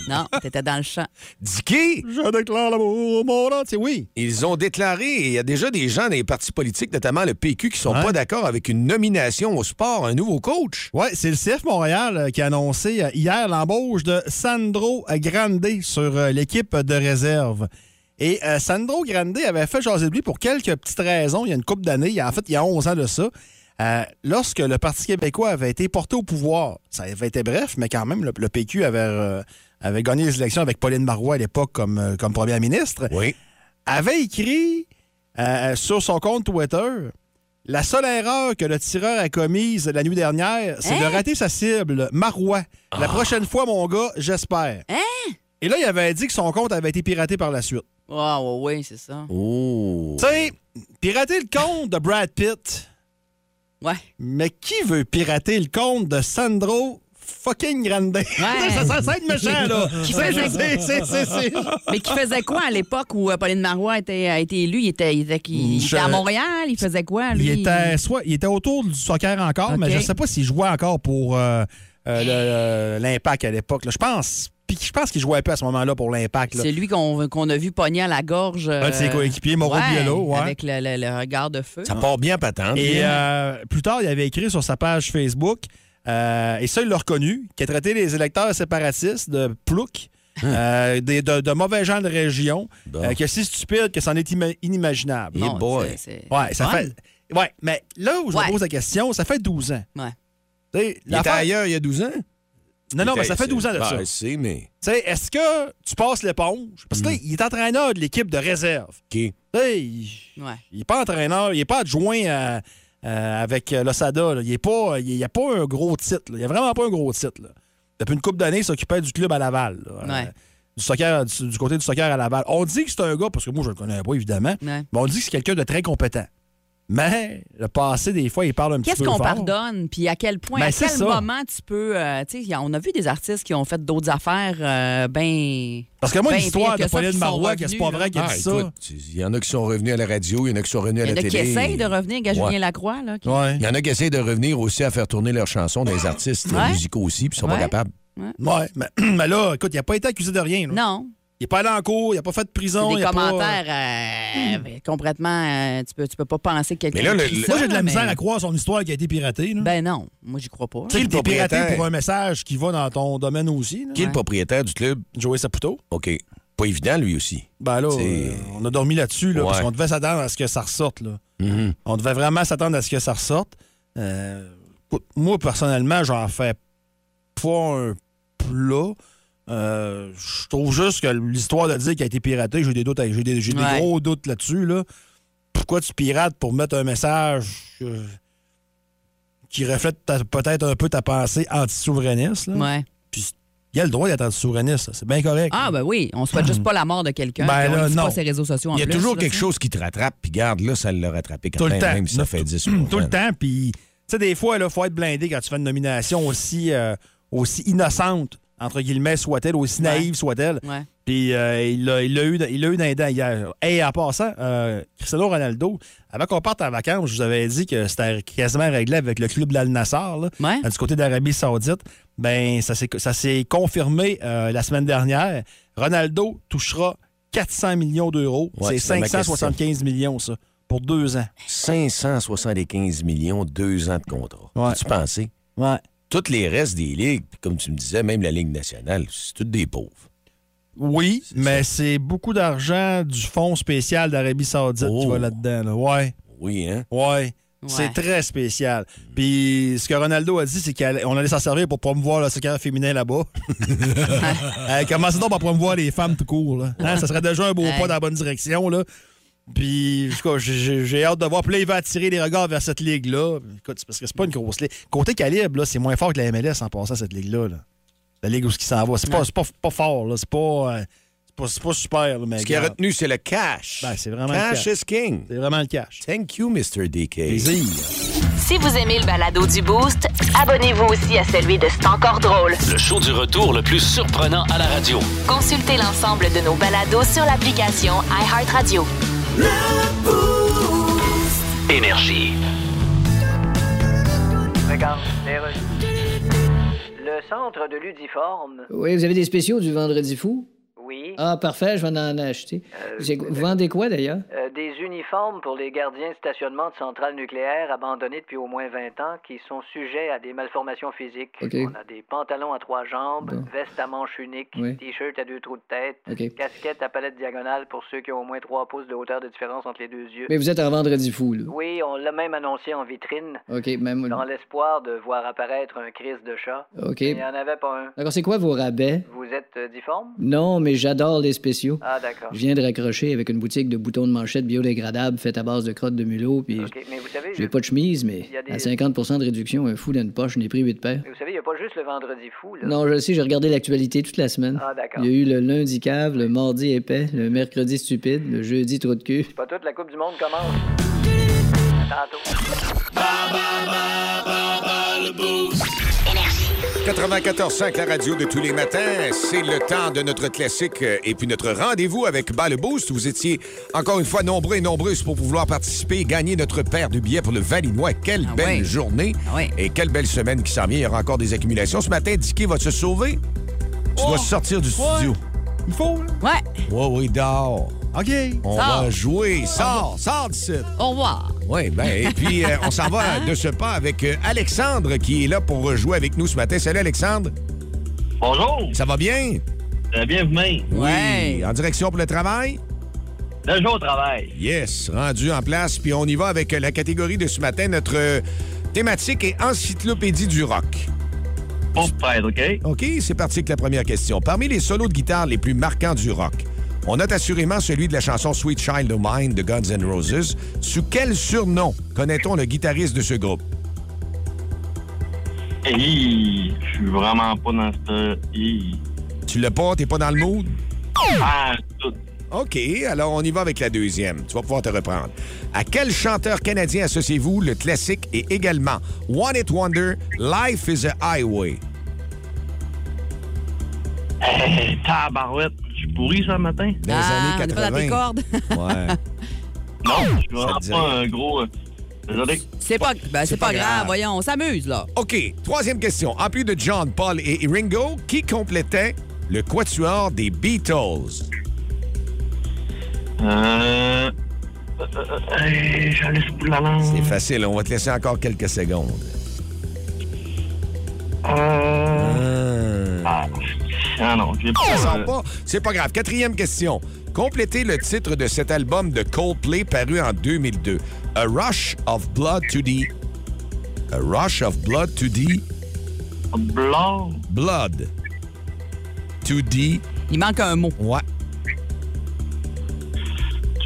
Speaker 4: non, t'étais dans le champ.
Speaker 3: Dicky,
Speaker 5: je déclare l'amour au monde entier. Oui.
Speaker 3: ils ont déclaré, et il y a déjà des gens des partis politiques, notamment le PQ, qui sont
Speaker 5: Ouais.
Speaker 3: pas d'accord avec une nomination au sport, un nouveau coach.
Speaker 5: Oui, c'est le CF Montréal euh, qui a annoncé euh, hier l'embauche de Sandro Grande sur euh, l'équipe de réserve. Et euh, Sandro Grande avait fait jaser de lui pour quelques petites raisons. Il y a une couple d'années, il y a- en fait, il y a 11 ans de ça. Euh, lorsque le Parti québécois avait été porté au pouvoir, ça avait été bref, mais quand même, le, le PQ avait, euh, avait gagné les élections avec Pauline Marois à l'époque comme, euh, comme première ministre
Speaker 3: Oui.
Speaker 5: avait écrit euh, sur son compte Twitter La seule erreur que le tireur a commise la nuit dernière, c'est
Speaker 4: Hein?
Speaker 5: de rater sa cible, Marois. La prochaine fois, mon gars, j'espère. Et là, il avait dit que son compte avait été piraté par la suite.
Speaker 4: Ah, ouais, ouais, c'est ça.
Speaker 3: Oh.
Speaker 5: Tu sais, pirater le compte de Brad Pitt,
Speaker 4: Ouais.
Speaker 5: mais qui veut pirater le compte de Sandro fucking Grande? ça, ça, ça être méchant, là. Tu sais, je sais, c'est, c'est, c'est.
Speaker 4: Mais qui faisait quoi à l'époque où euh, Pauline Marois était, a été élue? Il était, il était,
Speaker 3: Mm,
Speaker 4: il
Speaker 5: Je-
Speaker 4: était à Montréal, il faisait quoi, lui?
Speaker 5: Il était, soit, il était autour du soccer encore, mais
Speaker 4: Ok.
Speaker 5: je ne sais pas s'il jouait encore pour euh, euh, le- le- l'Impact à l'époque. là. Je pense, puis je pense qu'il jouait un peu à ce moment-là pour l'Impact. là.
Speaker 4: C'est lui qu'on qu'on a vu pogner à la gorge. euh,
Speaker 5: Un de ses coéquipiers, Mauro Biello, ouais.
Speaker 4: Avec le, le- le regard de feu.
Speaker 3: Ça part bien patente.
Speaker 5: Et euh, plus tard, il avait écrit sur sa page Facebook, euh, et ça, il l'a reconnu, qu'il a traité les électeurs séparatistes de ploucs. euh, des- de, de mauvais gens de région,
Speaker 3: Hein. Bon.
Speaker 5: euh, que c'est stupide, que c'en est ima- inimaginable.
Speaker 3: Bon. boy.
Speaker 4: c'est- c'est-
Speaker 5: Ouais, ça
Speaker 4: Ouais.
Speaker 5: fait. Ouais, mais là où je me
Speaker 4: Ouais.
Speaker 5: pose la question, ça fait 12 ans.
Speaker 4: Ouais.
Speaker 5: Tu sais,
Speaker 3: il était
Speaker 5: l'affaire-
Speaker 3: ailleurs il y a 12 ans.
Speaker 5: Non, non,
Speaker 3: Il
Speaker 5: mais
Speaker 3: était-
Speaker 5: ça fait 12 ans de
Speaker 3: Ben,
Speaker 5: ça.
Speaker 3: Je sais, mais.
Speaker 5: Tu sais, est-ce que tu passes l'éponge? Parce que là, il est entraîneur de l'équipe de
Speaker 3: Mm.
Speaker 5: réserve.
Speaker 3: OK.
Speaker 5: Tu sais, il
Speaker 4: Ouais.
Speaker 5: n'est pas entraîneur, il n'est pas adjoint à- à- avec euh, l'Osada. là. Il n'y pas, il, il a pas un gros titre. là. Il n'y a vraiment pas un gros titre. là. Depuis une couple d'années, il s'occupait du club à Laval. là. Euh,
Speaker 4: Ouais.
Speaker 5: du, soccer, du, du côté du soccer à Laval. On dit que c'est un gars, parce que moi, je le connais pas, évidemment,
Speaker 4: Ouais.
Speaker 5: mais on dit que c'est quelqu'un de très compétent. Mais le passé, des fois, il parle un petit
Speaker 4: Qu'est-ce
Speaker 5: peu
Speaker 4: qu'on
Speaker 5: fort.
Speaker 4: pardonne? Puis à quel point,
Speaker 5: Ben,
Speaker 4: à
Speaker 5: c'est
Speaker 4: quel
Speaker 5: ça.
Speaker 4: moment tu peux. euh, tu sais, y a- on a vu des artistes qui ont fait d'autres affaires, euh, ben.
Speaker 5: Parce que moi,
Speaker 4: Ben, pire
Speaker 5: l'histoire
Speaker 4: que ça,
Speaker 5: de
Speaker 4: qui
Speaker 5: Pauline
Speaker 4: sont
Speaker 5: Marois, que c'est pas
Speaker 4: revenus,
Speaker 5: vrai qu'elle
Speaker 3: Ah,
Speaker 5: dit ça.
Speaker 3: écoute, il y en a qui sont revenus à la radio, il y en a qui sont revenus à
Speaker 4: Il y en
Speaker 3: la
Speaker 4: a
Speaker 3: télé.
Speaker 4: ben, qui essayent de revenir, il y a Julien Lacroix, là. qui-
Speaker 5: Ouais.
Speaker 3: Il y en a qui essayent de revenir aussi à faire tourner leurs chansons des artistes
Speaker 4: Ouais.
Speaker 3: musicaux aussi, puis ils sont
Speaker 4: Ouais.
Speaker 3: pas capables.
Speaker 5: Ouais, mais, mais là, écoute, il n'a pas été accusé de rien. là.
Speaker 4: Non.
Speaker 5: Il n'est pas allé en cours, il n'a pas fait de
Speaker 4: C'est
Speaker 5: prison.
Speaker 4: des
Speaker 5: il a pas-
Speaker 4: commentaires euh, ben, complètement. euh, tu, peux, tu peux pas penser que quelqu'un.
Speaker 3: Mais là, le-
Speaker 4: écrit
Speaker 3: le-
Speaker 4: ça,
Speaker 5: Moi, j'ai de la
Speaker 4: là,
Speaker 5: misère
Speaker 4: mais-
Speaker 5: à croire son histoire qui a été piratée. là.
Speaker 4: Ben non, moi, j'y crois pas.
Speaker 5: tu sais,
Speaker 3: le
Speaker 5: t'es piraté
Speaker 3: propriétaire.
Speaker 5: pour un message qui va dans ton domaine aussi. là.
Speaker 3: Qui est le propriétaire du club?
Speaker 5: Joey Saputo.
Speaker 3: OK. Pas évident, lui aussi.
Speaker 5: Ben là,
Speaker 3: C'est-
Speaker 5: euh, on a dormi là-dessus, là,
Speaker 3: Ouais.
Speaker 5: parce qu'on devait s'attendre à ce que ça ressorte. Là. On devait vraiment s'attendre à ce que ça ressorte. Euh, écoute, moi, personnellement, j'en fais pas un plat. Euh, je trouve juste que l'histoire de dire qu'il a été piraté, j'ai des doutes, j'ai des, j'ai des
Speaker 4: Ouais.
Speaker 5: gros doutes là-dessus. Là. Pourquoi tu pirates pour mettre un message euh, qui reflète ta- peut-être un peu ta pensée anti-souverainiste? là?
Speaker 4: Ouais.
Speaker 5: Puis il a le droit d'être anti-souverainiste, ça, c'est bien correct.
Speaker 4: Ah, ben oui, on souhaite juste pas la mort de quelqu'un.
Speaker 5: Ben
Speaker 4: puis on
Speaker 5: là,
Speaker 4: le dit
Speaker 5: non.
Speaker 4: pas ses réseaux sociaux en
Speaker 3: Il y a
Speaker 4: plus,
Speaker 3: toujours
Speaker 4: là,
Speaker 3: quelque
Speaker 4: tu sais.
Speaker 3: chose qui te rattrape, puis garde, là, ça l'a rattrapé quand
Speaker 5: tout le
Speaker 3: même,
Speaker 5: temps.
Speaker 3: même si ça
Speaker 5: Neuf-
Speaker 3: fait 10
Speaker 5: Tout le temps. Puis, tu sais, des fois, il faut être blindé quand tu fais une nomination aussi, euh, aussi innocente, entre guillemets, soit-elle, aussi naïve soit-elle.
Speaker 4: Ouais.
Speaker 5: Puis, euh, il l'a il l'a eu, dans- il l'a eu dans les dents hier. Et en passant, euh, Cristiano Ronaldo, avant qu'on parte en vacances, je vous avais dit que c'était quasiment réglé avec le club de l'Al Nassr, là, euh,
Speaker 4: Ouais.
Speaker 5: du côté d'Arabie Saoudite. Ben, ça s'est ça s'est confirmé euh, la semaine dernière. Ronaldo touchera 400 millions d'euros.
Speaker 3: Ouais,
Speaker 5: C'est
Speaker 3: c'était ma question.
Speaker 5: 575 millions, ça, pour deux ans.
Speaker 3: 575 millions, deux ans de contrat.
Speaker 5: Ouais.
Speaker 3: As-tu pensé?
Speaker 5: Ouais.
Speaker 3: Toutes les restes des ligues, puis comme tu me disais, même la Ligue nationale, c'est toutes des pauvres.
Speaker 5: Oui, mais c'est beaucoup d'argent du fonds spécial d'Arabie Saoudite
Speaker 3: Oh.
Speaker 5: qui va là-dedans. là. Ouais,
Speaker 3: Oui, hein?
Speaker 5: ouais. C'est très spécial. Puis ce que Ronaldo a dit, c'est qu'on allait, on allait s'en servir pour promouvoir le soccer féminin là-bas. euh, commencez donc par promouvoir les femmes tout court. Là. Hein, ça serait déjà un beau pas dans la bonne direction. Là. Puis, en tout cas, j'ai j'ai hâte de voir. Puis là, il va attirer les regards vers cette ligue-là. Écoute, c'est parce que c'est pas une grosse ligue. Côté calibre, là, c'est moins fort que la MLS en passant à cette ligue-là. là. La ligue où ce qui s'en va. C'est pas, c'est pas, pas fort. là. C'est pas, euh, c'est pas, c'est pas super. là, mais
Speaker 3: Ce qui est
Speaker 5: regarde,
Speaker 3: retenu, c'est le cash.
Speaker 5: Ben, c'est vraiment le
Speaker 3: cash.
Speaker 5: cash.
Speaker 3: is king.
Speaker 5: c'est vraiment le cash.
Speaker 3: Thank you, Mr. DK.
Speaker 1: Si vous aimez le balado du Boost, abonnez-vous aussi à celui de C'est encore drôle.
Speaker 2: Le show du retour le plus surprenant à la radio.
Speaker 1: Consultez l'ensemble de nos balados sur l'application iHeartRadio.
Speaker 2: Énergie.
Speaker 8: Le centre de l'Udiforme.
Speaker 9: Oui, vous avez des spéciaux du Vendredi fou?
Speaker 8: Oui.
Speaker 9: Ah, parfait, je vais en acheter. J'ai- vous vendez quoi, d'ailleurs?
Speaker 8: Euh, des uniformes pour les gardiens de stationnement de centrales nucléaires abandonnées depuis au moins 20 ans qui sont sujets à des malformations physiques.
Speaker 9: Ok.
Speaker 8: On a des pantalons à trois jambes,
Speaker 9: Bon.
Speaker 8: veste à manches uniques,
Speaker 9: Oui.
Speaker 8: t-shirt à deux trous de tête,
Speaker 9: Ok.
Speaker 8: casquette à palette diagonale pour ceux qui ont au moins trois pouces de hauteur de différence entre les deux yeux.
Speaker 9: Mais vous êtes en Vendredi fou, là.
Speaker 8: Oui, on l'a même annoncé en vitrine
Speaker 9: OK, même...
Speaker 8: dans l'espoir de voir apparaître un crise de chat.
Speaker 9: OK.
Speaker 8: Mais Il n'y en avait pas un.
Speaker 9: D'accord, c'est quoi vos rabais?
Speaker 8: Vous êtes euh, difforme?
Speaker 9: Non, mais j'adore les spéciaux.
Speaker 8: Ah, d'accord.
Speaker 9: Je viens de raccrocher avec une boutique de boutons de manchette biodégradables faite à base de crottes de mulot, puis
Speaker 8: OK, mais vous savez,
Speaker 9: j'ai
Speaker 8: je-
Speaker 9: pas de chemise, mais
Speaker 8: Il y a des-
Speaker 9: à 50 de réduction, un fou d'une poche, je n'ai pris huit paires.
Speaker 8: Mais Vous savez, il n'y a pas juste le vendredi fou, là.
Speaker 9: Non, je le sais, j'ai regardé l'actualité toute la semaine.
Speaker 8: Ah, d'accord.
Speaker 9: Il y a eu le lundi cave, le mardi épais, le mercredi stupide, le jeudi trou de cul.
Speaker 8: C'est pas toute la Coupe du Monde commence. À tantôt.
Speaker 3: 94.5, la radio de tous les matins. C'est le temps de notre classique euh, et puis notre rendez-vous avec Bas le Boost. Vous étiez encore une fois nombreux et nombreuses pour pouvoir participer et gagner notre paire de billets pour le Valinois. Quelle
Speaker 4: Ah
Speaker 3: belle
Speaker 4: ouais.
Speaker 3: journée
Speaker 4: Ah ouais.
Speaker 3: et quelle belle semaine qui s'en vient. Il y aura encore des accumulations. Ce matin, Dicky va se sauver. Tu dois sortir du studio.
Speaker 5: Il faut, là.
Speaker 4: Ouais,
Speaker 3: Oui, oui, dehors.
Speaker 5: OK.
Speaker 3: On
Speaker 4: Sors.
Speaker 3: va jouer. Sors, sors d'ici.
Speaker 4: au revoir.
Speaker 3: Oui, ben, et puis euh, on s'en va de ce pas avec euh, Alexandre qui est là pour euh, jouer avec nous ce matin. Salut, Alexandre.
Speaker 6: Bonjour.
Speaker 3: Ça va bien?
Speaker 6: Euh, Bienvenue.
Speaker 4: Ouais.
Speaker 3: En direction pour le travail?
Speaker 6: Déjà au travail.
Speaker 3: Yes, rendu en place. Puis on y va avec la catégorie de ce matin. Notre euh, thématique est encyclopédie du rock.
Speaker 6: Pour prêtre, OK?
Speaker 3: OK, c'est parti avec la première question. Parmi les solos de guitare les plus marquants du rock, on note assurément celui de la chanson Sweet Child O' Mine de Guns N' Roses. Sous quel surnom connaît-on le guitariste de ce groupe?
Speaker 6: Hi, je suis vraiment pas dans ce... Hi.
Speaker 3: Tu l'as pas, t'es pas dans le mood?
Speaker 6: Ah, tout.
Speaker 3: OK, alors on y va avec la deuxième. Tu vas pouvoir te reprendre. À quel chanteur canadien associez-vous le classique et également One It Wonder, Life is a Highway?
Speaker 6: Hey, Eh, tabarouette. Je suis pourri ce matin?
Speaker 3: Dans les
Speaker 4: Ah, on
Speaker 3: années
Speaker 4: est pas dans
Speaker 3: 80.
Speaker 4: tes cordes.
Speaker 3: Ouais.
Speaker 6: Non, je suis
Speaker 3: Ça
Speaker 6: vraiment
Speaker 3: te dit
Speaker 6: pas
Speaker 3: rien.
Speaker 6: un gros... euh, Désolé.
Speaker 4: C'est pas, ben, c'est pas, grave. voyons, on s'amuse, là.
Speaker 3: OK, troisième question. En plus de John, Paul et Ringo, qui complétait le quatuor des Beatles?
Speaker 6: Euh... euh, euh, euh, J'allais sous la langue.
Speaker 4: Hmm.
Speaker 3: C'est facile, on va te laisser encore quelques secondes.
Speaker 6: Euh...
Speaker 3: Ah.
Speaker 6: Ah, ah non, j'ai
Speaker 3: Ça
Speaker 6: pas...
Speaker 3: sort pas. C'est pas grave. Quatrième question. Complétez le titre de cet album de Coldplay paru en 2002. A Rush of Blood to the... A Rush of Blood to the...
Speaker 6: euh, Blanc.
Speaker 3: Blood. To the...
Speaker 4: Il manque un mot.
Speaker 3: Ouais.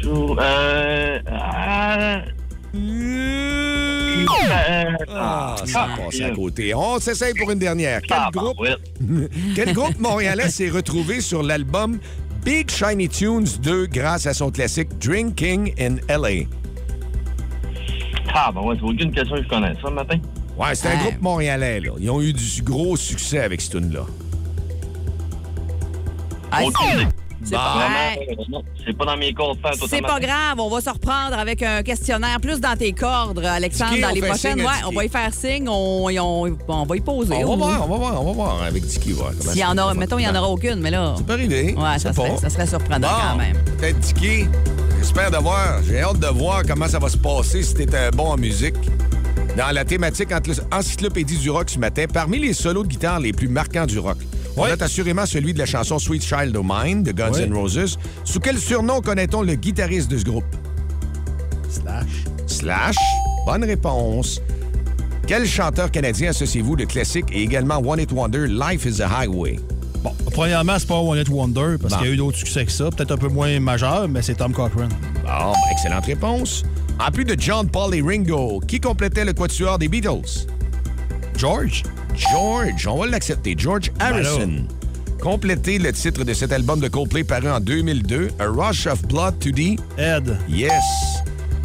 Speaker 6: Tout, euh... Ah... Euh...
Speaker 3: Ah, ça
Speaker 6: Ah.
Speaker 3: passe à côté. On s'essaye pour une dernière. Quel groupe,
Speaker 6: tabarouette.
Speaker 3: quel groupe montréalais s'est retrouvé sur l'album Big Shiny Tunes 2 grâce à son classique Drinking in L.A.?
Speaker 6: Ah, ben ouais, c'est aucune question que je connais ça le matin.
Speaker 3: Ouais, c'est un
Speaker 4: Ouais.
Speaker 3: groupe montréalais, là. Ils ont eu du gros succès avec cette tune là
Speaker 4: Ah,
Speaker 6: Aucune
Speaker 4: c'est-
Speaker 6: idée.
Speaker 4: c'est
Speaker 3: Bah,
Speaker 4: pas,
Speaker 6: Vraiment,
Speaker 4: ouais.
Speaker 6: euh, non, c'est pas dans mes cours de faire tout
Speaker 4: C'est
Speaker 6: le
Speaker 4: pas
Speaker 6: matin.
Speaker 4: grave, on va se reprendre avec un questionnaire plus dans tes cordes, Alexandre,
Speaker 3: Dicky,
Speaker 4: dans
Speaker 3: on
Speaker 4: les
Speaker 3: fait
Speaker 4: prochaines.
Speaker 3: signe à
Speaker 4: Ouais,
Speaker 3: Dicky.
Speaker 4: on va y faire signe, on, et on- on va y poser.
Speaker 3: On va
Speaker 4: Oui.
Speaker 3: voir, on va voir, on va voir avec Dicky. voir comment
Speaker 4: S'il y
Speaker 3: ça
Speaker 4: en aura,
Speaker 3: va.
Speaker 4: mettons, il y en aura aucune, mais là.
Speaker 3: Ça peut arriver.
Speaker 4: Ouais, ça
Speaker 3: c'est
Speaker 4: serait,
Speaker 3: pas.
Speaker 4: ça serait surprenant
Speaker 3: Bon,
Speaker 4: quand même.
Speaker 3: Peut-être Dicky. J'espère de voir. J'ai hâte de voir comment ça va se passer si t'es un bon en musique. Dans la thématique entre- encyclopédie du rock ce matin, parmi les solos de guitare les plus marquants du rock, on
Speaker 5: Ouais.
Speaker 3: note assurément celui de la chanson Sweet Child O' Mine de Guns
Speaker 5: Ouais.
Speaker 3: N' Roses. Sous quel surnom connaît-on le guitariste de ce groupe?
Speaker 5: Slash.
Speaker 3: Slash Bonne réponse. Quel chanteur canadien associez-vous de classique et également One It Wonder, Life is a Highway?
Speaker 5: Bon, premièrement, c'est pas One Hit Wonder, parce
Speaker 3: Bon.
Speaker 5: qu'il y a eu d'autres succès que ça. Peut-être un peu moins majeur, mais c'est Tom Cochran.
Speaker 3: Bon, ben, excellente réponse. En plus de John, Paul et Ringo, qui complétait le quatuor des Beatles? George. George, on va l'accepter. George Harrison. Complétez le titre de cet album de Coldplay paru en 2002, A Rush of Blood to the...
Speaker 5: Ed.
Speaker 3: Yes.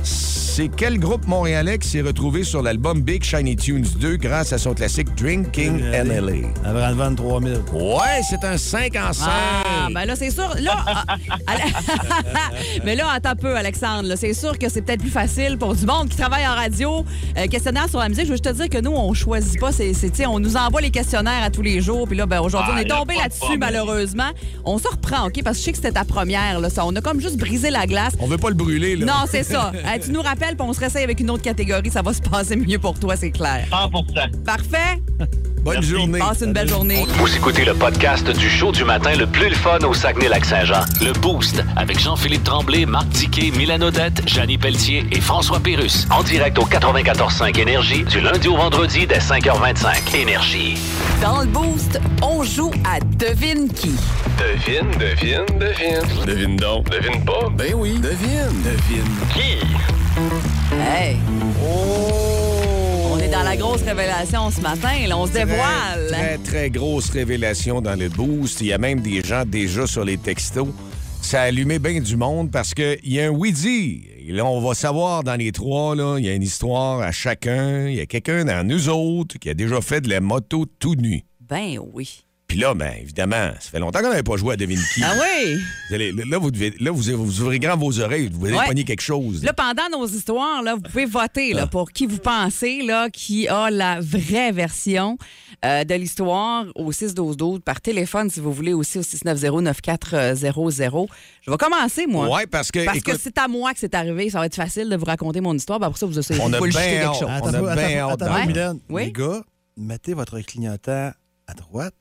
Speaker 3: C'est quel groupe montréalais qui s'est retrouvé sur l'album Big Shiny Tunes 2 grâce à son classique Drinking NLA?
Speaker 5: Avant 23 000.
Speaker 3: Ouais, c'est un 5 en 5.
Speaker 4: Ah, ben là, c'est sûr. Là, ah, Ale- mais là, attends un peu, Alexandre. là. C'est sûr que c'est peut-être plus facile pour du monde qui travaille en radio, euh, questionnaire sur la musique. Je veux juste te dire que nous, on choisit pas. C'est, c'est- tu sais, on nous envoie les questionnaires à tous les jours. Puis là, ben, aujourd'hui,
Speaker 6: Ah,
Speaker 4: on est
Speaker 6: y a
Speaker 4: tombé
Speaker 6: pas de
Speaker 4: là-dessus,
Speaker 6: problème.
Speaker 4: malheureusement. On se reprend, OK? Parce que je sais que c'était ta première. Là, ça. On a comme juste brisé la glace.
Speaker 3: On veut pas le brûler, là.
Speaker 4: Non, c'est ça. Euh, tu nous rappelles, puis on se réessaye avec une autre catégorie. Ça va se passer mieux pour toi, c'est clair.
Speaker 6: 100
Speaker 4: Parfait.
Speaker 3: Bonne journée.
Speaker 4: Passe une belle journée.
Speaker 2: Vous écoutez le podcast du show du matin le plus le fun au Saguenay-Lac-Saint-Jean. Le Boost avec Jean-Philippe Tremblay, Marc Diquet, Milan Odette, Janine Pelletier et François Pérus. En direct au 94.5 Énergie du lundi au vendredi dès 5h25. Énergie.
Speaker 10: Dans le boost, on joue à devine qui.
Speaker 11: Devine, devine, devine. Devine donc. Devine pas. Ben oui. Devine. Devine. Qui?
Speaker 4: Hey. On est dans la grosse révélation ce matin. Là, on se dévoile.
Speaker 3: Très, très grosse révélation dans le boost. Il y a même des gens déjà sur les textos. Ça a allumé bien du monde parce qu'il y a un oui-dire. Et Là, on va savoir dans les trois, là, il y a une histoire à chacun. Il y a quelqu'un dans nous autres qui a déjà fait de la moto tout nu.
Speaker 4: Ben oui.
Speaker 3: Puis là, bien évidemment, ça fait longtemps qu'on n'avait pas joué à Devine qui.
Speaker 4: Ah oui.
Speaker 3: Vous allez- là, vous devez- là, vous, vous ouvrez grand vos oreilles, vous allez
Speaker 4: Ouais.
Speaker 3: pogner quelque chose.
Speaker 4: Là, pendant nos histoires, là, vous pouvez voter là, pour qui vous pensez là, qui a la vraie version euh, de l'histoire au 6-12-12 par téléphone, si vous voulez, aussi au 690-9400. euh, Je vais commencer, moi.
Speaker 3: Ouais, parce que,
Speaker 4: Parce que
Speaker 3: écoute-
Speaker 4: c'est à moi que c'est arrivé. Ça va être facile de vous raconter mon histoire. Ben, pour ça, vous essayez
Speaker 3: On
Speaker 4: de
Speaker 3: a
Speaker 4: pas le
Speaker 3: bien
Speaker 4: jeter quelque
Speaker 3: hâte.
Speaker 4: chose.
Speaker 3: On a
Speaker 5: un peu,
Speaker 3: bien
Speaker 5: attends,
Speaker 3: hâte
Speaker 5: attends un peu,
Speaker 4: d'avoir.
Speaker 5: Mylène.
Speaker 4: Oui?
Speaker 5: Les gars, mettez votre clignotant à droite.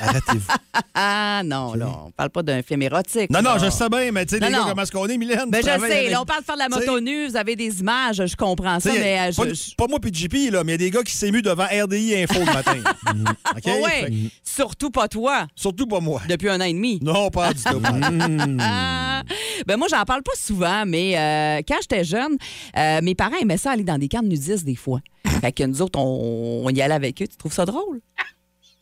Speaker 5: Arrêtez-vous.
Speaker 4: Ah non, là, on parle pas d'un film érotique.
Speaker 5: non, non,
Speaker 4: là.
Speaker 5: je sais bien, mais tu sais, les
Speaker 4: Non,
Speaker 5: gars,
Speaker 4: non.
Speaker 5: comment est-ce qu'on est, Mylène?
Speaker 4: Ben,
Speaker 5: Tu
Speaker 4: je sais,
Speaker 5: travailles avec-
Speaker 4: là, on parle de faire de la
Speaker 5: T'sais,
Speaker 4: moto nue, vous avez des images, je comprends ça,
Speaker 5: t'sais,
Speaker 4: mais euh,
Speaker 5: pas,
Speaker 4: je- je-
Speaker 5: pas moi puis JP, là, mais il y a des gars qui s'émuent devant RDI Info le matin. Mhm. OK?
Speaker 4: Ouais, ouais.
Speaker 5: Fait que-
Speaker 4: surtout pas toi,
Speaker 5: Surtout pas moi.
Speaker 4: depuis un an et demi.
Speaker 5: Non, pas du tout.
Speaker 4: Ah! Ben moi, j'en parle pas souvent, mais euh, quand j'étais jeune, euh, mes parents aimaient ça aller dans des camps de nudistes des fois. Fait que nous autres, on, on y allait avec eux. Tu trouves ça drôle?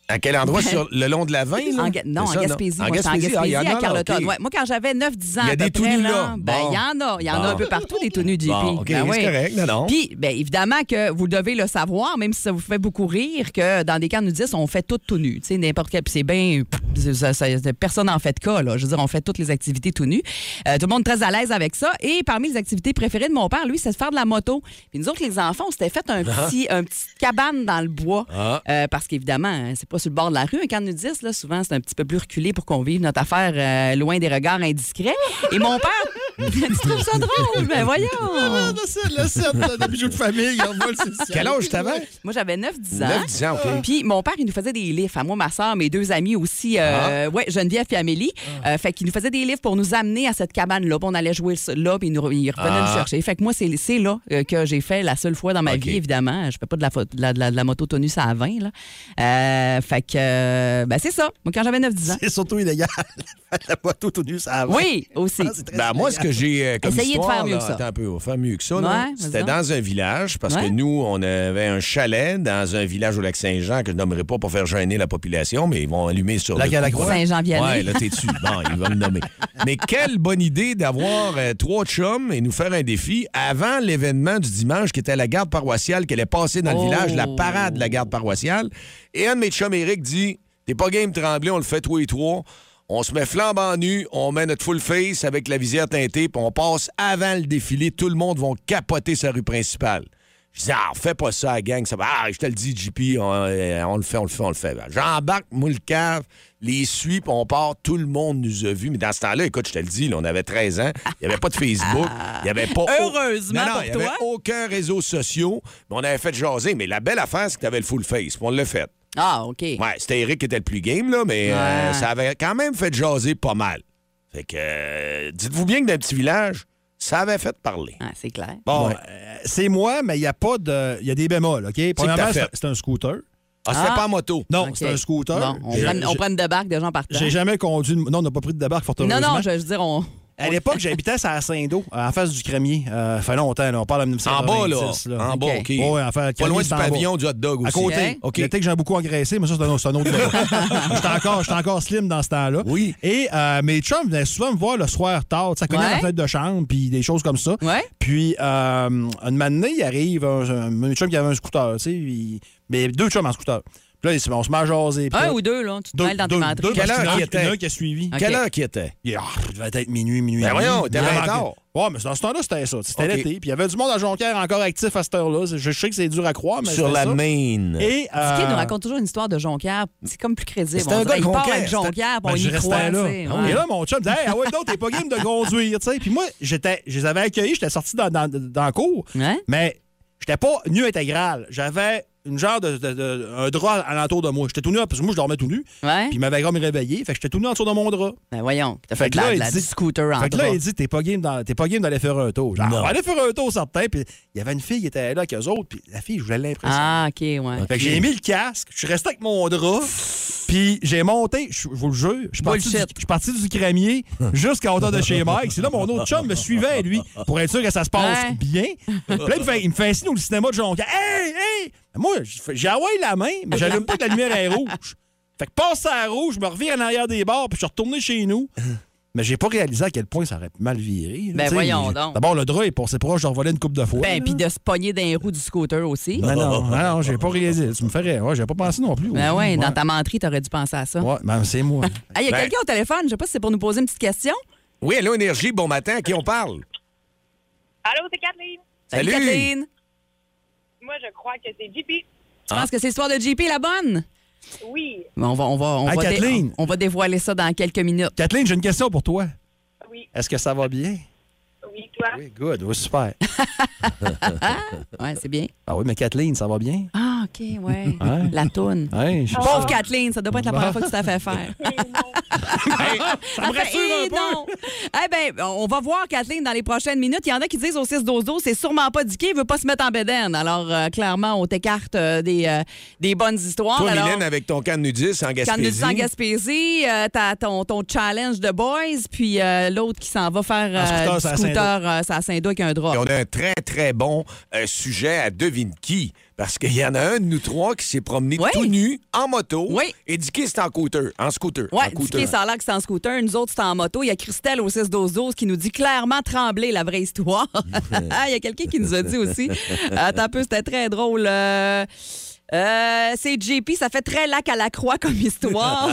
Speaker 3: À quel endroit? sur le long de la veine? là?
Speaker 4: En Ga- non,
Speaker 3: C'est ça,
Speaker 4: en Gaspésie.
Speaker 3: En
Speaker 4: moi, j'étais en
Speaker 3: Gaspésie, ah, il
Speaker 4: Gaspésie,
Speaker 3: y en a,
Speaker 4: à
Speaker 3: là,
Speaker 4: Carleton.
Speaker 3: OK.
Speaker 4: Ouais, moi, quand j'avais 9-10 ans,
Speaker 3: Il y a
Speaker 4: à peu
Speaker 3: des tout
Speaker 4: près,
Speaker 3: nus,
Speaker 4: là,
Speaker 3: là.
Speaker 4: ben,
Speaker 3: Bon.
Speaker 4: il y en a. Il y en a
Speaker 3: Bon.
Speaker 4: un peu partout, des tout nus JP.
Speaker 3: Bon, OK,
Speaker 4: Ben
Speaker 3: c'est
Speaker 4: oui.
Speaker 3: correct, non, non.
Speaker 4: Puis, bien évidemment que vous devez le savoir, même si ça vous fait beaucoup rire, que dans des camps de nudistes, on fait tout tout nu. Tu sais, n'importe quel. Puis c'est bien. pff, ça- ça- Personne n'en fait de cas, là. Je veux dire, on fait toutes les activités tout nu. Euh, tout le monde très à l'aise avec ça. Et parmi les activités préférées de mon père, lui, c'est de faire de la moto. Puis nous autres, les enfants, on s'était fait un petit, un petit cabane dans le bois.
Speaker 3: Ah.
Speaker 4: Euh, parce qu'évidemment, hein, c'est pas sur le bord de la rue. Un camp de nudistes, là, souvent, c'est un petit peu plus reculé pour qu'on vive notre affaire euh, loin des regards indiscrets. Et mon père, tu trouves ça drôle? Ben voyons!
Speaker 5: Le 7, le 7, le bijou de famille, il envoie le social.
Speaker 3: Quel âge t'avais?
Speaker 4: Moi, j'avais 9-10 ans.
Speaker 3: 9, 10 ans, OK.
Speaker 4: Puis mon père, il nous faisait des livres. À moi, ma soeur, mes deux amis aussi,
Speaker 3: Ah.
Speaker 4: euh, ouais, Geneviève et Amélie. Euh, fait qu'il nous faisait des livres pour nous amener à cette cabane-là. Puis on allait jouer là, puis il, nous, il revenait nous chercher. Fait que moi, c'est c'est là euh, que j'ai fait la seule fois dans ma
Speaker 3: Ah. OK.
Speaker 4: vie, évidemment. Je fais pas de la, fa- de la, de la- de la moto tenue, ça à 20. Là. Euh, fait que, euh, ben, c'est ça. Moi, quand j'avais 9-10 ans.
Speaker 5: C'est surtout illégal. la moto tout nu, ça avance.
Speaker 4: Oui, aussi.
Speaker 5: Ah, c'est très
Speaker 3: Ben, moi, ce que j'ai euh, comme
Speaker 4: Essayez de
Speaker 3: histoire,
Speaker 4: faire mieux
Speaker 3: là,
Speaker 4: que ça.
Speaker 3: attends un peu, on va faire mieux que ça. là.
Speaker 4: Ouais, vas-y
Speaker 3: C'était
Speaker 4: donc.
Speaker 3: dans un village, parce
Speaker 4: Ouais.
Speaker 3: que nous, on avait un chalet dans un village au lac Saint-Jean que je nommerai pas pour faire gêner la population, mais ils vont allumer sur
Speaker 5: Lac
Speaker 3: le
Speaker 5: à la
Speaker 3: coup.
Speaker 5: Croix.
Speaker 4: Saint-Jean-Vianney.
Speaker 3: Ouais, là, t'es dessus. Bon, ils vont le nommer. Mais quelle bonne idée d'avoir euh, trois chums et nous faire un défi avant l'événement du dimanche qui était la garde paroissiale qui allait passer dans le
Speaker 4: Oh.
Speaker 3: village, la parade de la garde paroissiale. Et un de mes chums, Eric, dit T'es pas game tremblé, on le fait tous et trois. On se met flambant nu, on met notre full face avec la visière teintée, puis on passe avant le défilé. Tout le monde va capoter sa rue principale. Je dis, ah, fais pas ça, gang. Ça va. Ah, je te le dis, JP, on, euh, on le fait, on le fait, on le fait. Ben, J'embarque, moi, le cave, les suis, puis on part. Tout le monde nous a vus. Mais dans ce temps-là, écoute, je te le dis, là, on avait 13 ans. Il n'y avait pas de Facebook. Il n'y avait pas.
Speaker 4: Heureusement
Speaker 3: Non, non,
Speaker 4: pour
Speaker 3: il y avait
Speaker 4: toi.
Speaker 3: aucun réseau social. Mais on avait fait jaser. Mais la belle affaire, c'est que tu avais le full face. puis on l'a fait.
Speaker 4: Ah, OK.
Speaker 3: Ouais, c'était Eric qui était le plus game, là, mais euh,
Speaker 4: Ouais.
Speaker 3: ça avait quand même fait jaser pas mal. Fait que, euh, dites-vous bien que dans un petit village, Ça avait fait parler.
Speaker 4: Ah, c'est clair.
Speaker 5: Bon,
Speaker 3: Ouais.
Speaker 5: euh, c'est moi, mais il y a pas de. Il y a des bémols, OK? Premièrement,
Speaker 3: t'as fait?
Speaker 5: c'est c'est un scooter.
Speaker 3: Ah, c'était pas en moto.
Speaker 5: Non,
Speaker 4: Ok.
Speaker 5: c'est un scooter.
Speaker 4: Bon, on,
Speaker 5: J'ai-
Speaker 4: prenne- on
Speaker 5: j'ai-
Speaker 4: prenne de bac de gens partant.
Speaker 5: J'ai jamais conduit. de- Non, on n'a pas pris de débarque, fort
Speaker 4: Non,
Speaker 5: heureusement.
Speaker 4: non, je je veux dire, on.
Speaker 5: À l'époque, j'habitais à Saint-Do, en face du crémier. Euh, fait longtemps, là, on parle de 1990.
Speaker 3: En bas, là. En bas, OK.
Speaker 5: Ouais, en fait,
Speaker 3: Pas loin du
Speaker 5: c'est en bas.
Speaker 3: pavillon du hot dog
Speaker 5: À
Speaker 3: aussi.
Speaker 5: côté.
Speaker 3: OK.
Speaker 5: L'été que j'ai beaucoup engraissé, mais ça, c'est un autre. c'est un autre débat. J'étais encore, j'étais encore slim dans ce temps-là. Oui. Et euh, mes chums venaient souvent me voir le soir tard. Ça connaît
Speaker 4: Ouais.
Speaker 5: la fenêtre de chambre, puis des choses comme ça.
Speaker 4: Ouais.
Speaker 5: Puis, euh, une matinée, il arrive un, un, un chum qui avait un scooter, tu sais. il- Mais deux chums en scooter. Puis là, ils se- on se met à jaser. puis
Speaker 4: Un
Speaker 5: là-
Speaker 4: ou deux, là. Tu te
Speaker 5: deux,
Speaker 4: mêles dans
Speaker 5: deux,
Speaker 4: tes
Speaker 5: deux,
Speaker 4: menteries.
Speaker 5: parce qu'il y en a-
Speaker 3: qui
Speaker 5: il y en a
Speaker 3: était?
Speaker 5: un qui a suivi.
Speaker 4: OK.
Speaker 3: Quelle heure qui était?
Speaker 5: Il, ah, il devait être minuit, minuit.
Speaker 3: Ben
Speaker 5: et demi.
Speaker 3: voyons, t'avais
Speaker 5: Non,
Speaker 3: un
Speaker 5: mais-
Speaker 3: tard.
Speaker 5: Ouais, mais dans ce temps-là, c'était ça. C'était
Speaker 3: OK.
Speaker 5: l'été. Puis il y avait du monde à Jonquière encore actif à cette heure-là. Je sais que c'est dur à croire, mais.
Speaker 3: Sur
Speaker 5: c'était
Speaker 3: la
Speaker 5: ça.
Speaker 3: main.
Speaker 4: Ce qui
Speaker 5: Et. euh,
Speaker 4: nous raconte toujours une histoire de Jonquière, c'est comme plus crédible.
Speaker 3: C'est
Speaker 4: On
Speaker 3: un
Speaker 4: dirait,
Speaker 3: gars de
Speaker 4: il part
Speaker 3: Jonquière,
Speaker 4: avec Jonquière, puis
Speaker 5: ben,
Speaker 4: on
Speaker 5: je
Speaker 4: y
Speaker 5: restais
Speaker 4: croit.
Speaker 5: là.
Speaker 4: tu sais,
Speaker 5: Et
Speaker 4: ouais.
Speaker 5: là, mon chum disait Hey, ah ouais, donc, t'es pas game de conduire, tu sais. Puis moi, j'étais, je les avais accueillis, j'étais sorti dans, dans, dans le cours,
Speaker 4: Ouais.
Speaker 5: mais j'étais pas nu intégral. J'avais une genre de, de- de- un drap alentour de moi. J'étais tout nu, parce que moi, je dormais tout nu.
Speaker 4: Ouais.
Speaker 5: Puis il m'avait comme réveillé, fait que j'étais tout nu autour de mon drap.
Speaker 4: Ben voyons, t'as
Speaker 5: Fait
Speaker 4: fait,
Speaker 5: que
Speaker 4: de la,
Speaker 5: là,
Speaker 4: de
Speaker 5: il
Speaker 4: la
Speaker 5: dit-
Speaker 4: scooter en
Speaker 5: Fait que là,
Speaker 4: drap.
Speaker 5: il dit, t'es pas game dans- t'es pas game d'aller faire un tour. Genre,
Speaker 3: Non.
Speaker 5: on va aller faire un tour, certain. Puis il y avait une fille qui était là avec eux autres, puis la fille, je voulais l'impressionner.
Speaker 4: Ah, OK, ouais.
Speaker 5: Fait que j'ai mis le casque, je suis resté avec mon drap, puis j'ai monté, je je vous le jure, je suis parti du-
Speaker 4: Bullshit.
Speaker 5: je suis parti du crémier jusqu'à hauteur de chez Mike. C'est là mon autre chum me suivait, lui, pour être sûr que ça se passe
Speaker 4: Ouais.
Speaker 5: bien. Puis là, il me fait, il me fait un signe au cinéma de Jonquière. Hey, hey! Moi, je fais- j'envoie la main, mais j'allume pas que la lumière est rouge. Fait que passe à la rouge, je me reviens en arrière des bars, puis je suis retourné chez nous. Mais j'ai pas réalisé à quel point ça aurait mal viré. là.
Speaker 4: Ben,
Speaker 5: Tu sais,
Speaker 4: voyons donc.
Speaker 5: D'abord, le drap est passé proche de revoler une coupe de fois.
Speaker 4: Ben,
Speaker 5: là.
Speaker 4: puis de se pogner dans les roues du scooter aussi.
Speaker 5: Non, non, non, non, j'ai pas réalisé. Tu me ferais. Ouais, j'ai pas pensé non plus.
Speaker 4: Ben ouais, dans
Speaker 5: Ouais.
Speaker 4: ta menterie, t'aurais dû penser à ça.
Speaker 5: Ouais, ben, c'est moi.
Speaker 4: Ah, il y a
Speaker 3: Ben-
Speaker 4: quelqu'un au téléphone, je sais pas si c'est pour nous poser une petite question.
Speaker 3: Oui, Allô Énergie, bon matin. À qui on parle?
Speaker 12: Allô, c'est Kathleen.
Speaker 3: Salut.
Speaker 4: Kathleen.
Speaker 12: Moi, je crois que c'est JP.
Speaker 4: Tu
Speaker 5: Ah.
Speaker 4: penses que c'est l'histoire de JP la bonne?
Speaker 12: Oui,
Speaker 4: Ben, on va, on va, on
Speaker 5: Hey,
Speaker 4: va dé-
Speaker 5: Kathleen.
Speaker 4: on va dévoiler ça dans quelques minutes.
Speaker 5: Kathleen, j'ai une question pour toi.
Speaker 12: Oui.
Speaker 5: Est-ce que ça va bien?
Speaker 12: oui, toi.
Speaker 5: Oui, good. Oui, super.
Speaker 4: Ouais, c'est bien.
Speaker 5: Ah oui, mais Kathleen, ça va bien?
Speaker 4: Ah, OK, ouais.
Speaker 5: Ouais.
Speaker 4: La toune.
Speaker 5: Hein, je-
Speaker 12: Ah,
Speaker 4: Pauvre Kathleen, ça doit pas être la première fois que tu t'as fait faire.
Speaker 5: ça me
Speaker 4: Enfin,
Speaker 5: rassure
Speaker 4: eh
Speaker 5: un peu.
Speaker 4: non. Eh ben, on va voir, Kathleen, dans les prochaines minutes. Il y en a qui disent au 6-12-12, c'est sûrement pas Dicky, il veut pas se mettre en bédaine. Alors, euh, clairement, on t'écarte euh, des, euh, des bonnes histoires.
Speaker 3: Toi,
Speaker 4: Alors,
Speaker 3: Mylène, avec ton can nudiste en
Speaker 4: Quand nous
Speaker 3: Gaspésie.
Speaker 4: en Gaspésie, euh, t'as ton, ton challenge de boys, puis euh, l'autre qui s'en va faire
Speaker 5: En
Speaker 4: euh,
Speaker 5: scooter, c'est à
Speaker 4: du scooter euh, c'est à Saint-Doux avec un drap.
Speaker 3: Et on a un très, très bon euh, sujet à devine qui. Parce qu'il y en a un de nous trois qui s'est promené
Speaker 4: Oui.
Speaker 3: tout nu, en moto,
Speaker 4: Oui.
Speaker 3: et dit qui c'est en scooter. En scooter.
Speaker 4: Oui,
Speaker 3: en scooter.
Speaker 4: Dicky, ça a l'air que c'est en scooter. Nous autres, c'est en moto. Il y a Christelle au 6-12-12 qui nous dit clairement trembler la vraie histoire. Il y a quelqu'un qui nous a dit aussi. Attends un peu, c'était très drôle. Euh, euh, c'est JP, ça fait très lac à la croix comme histoire.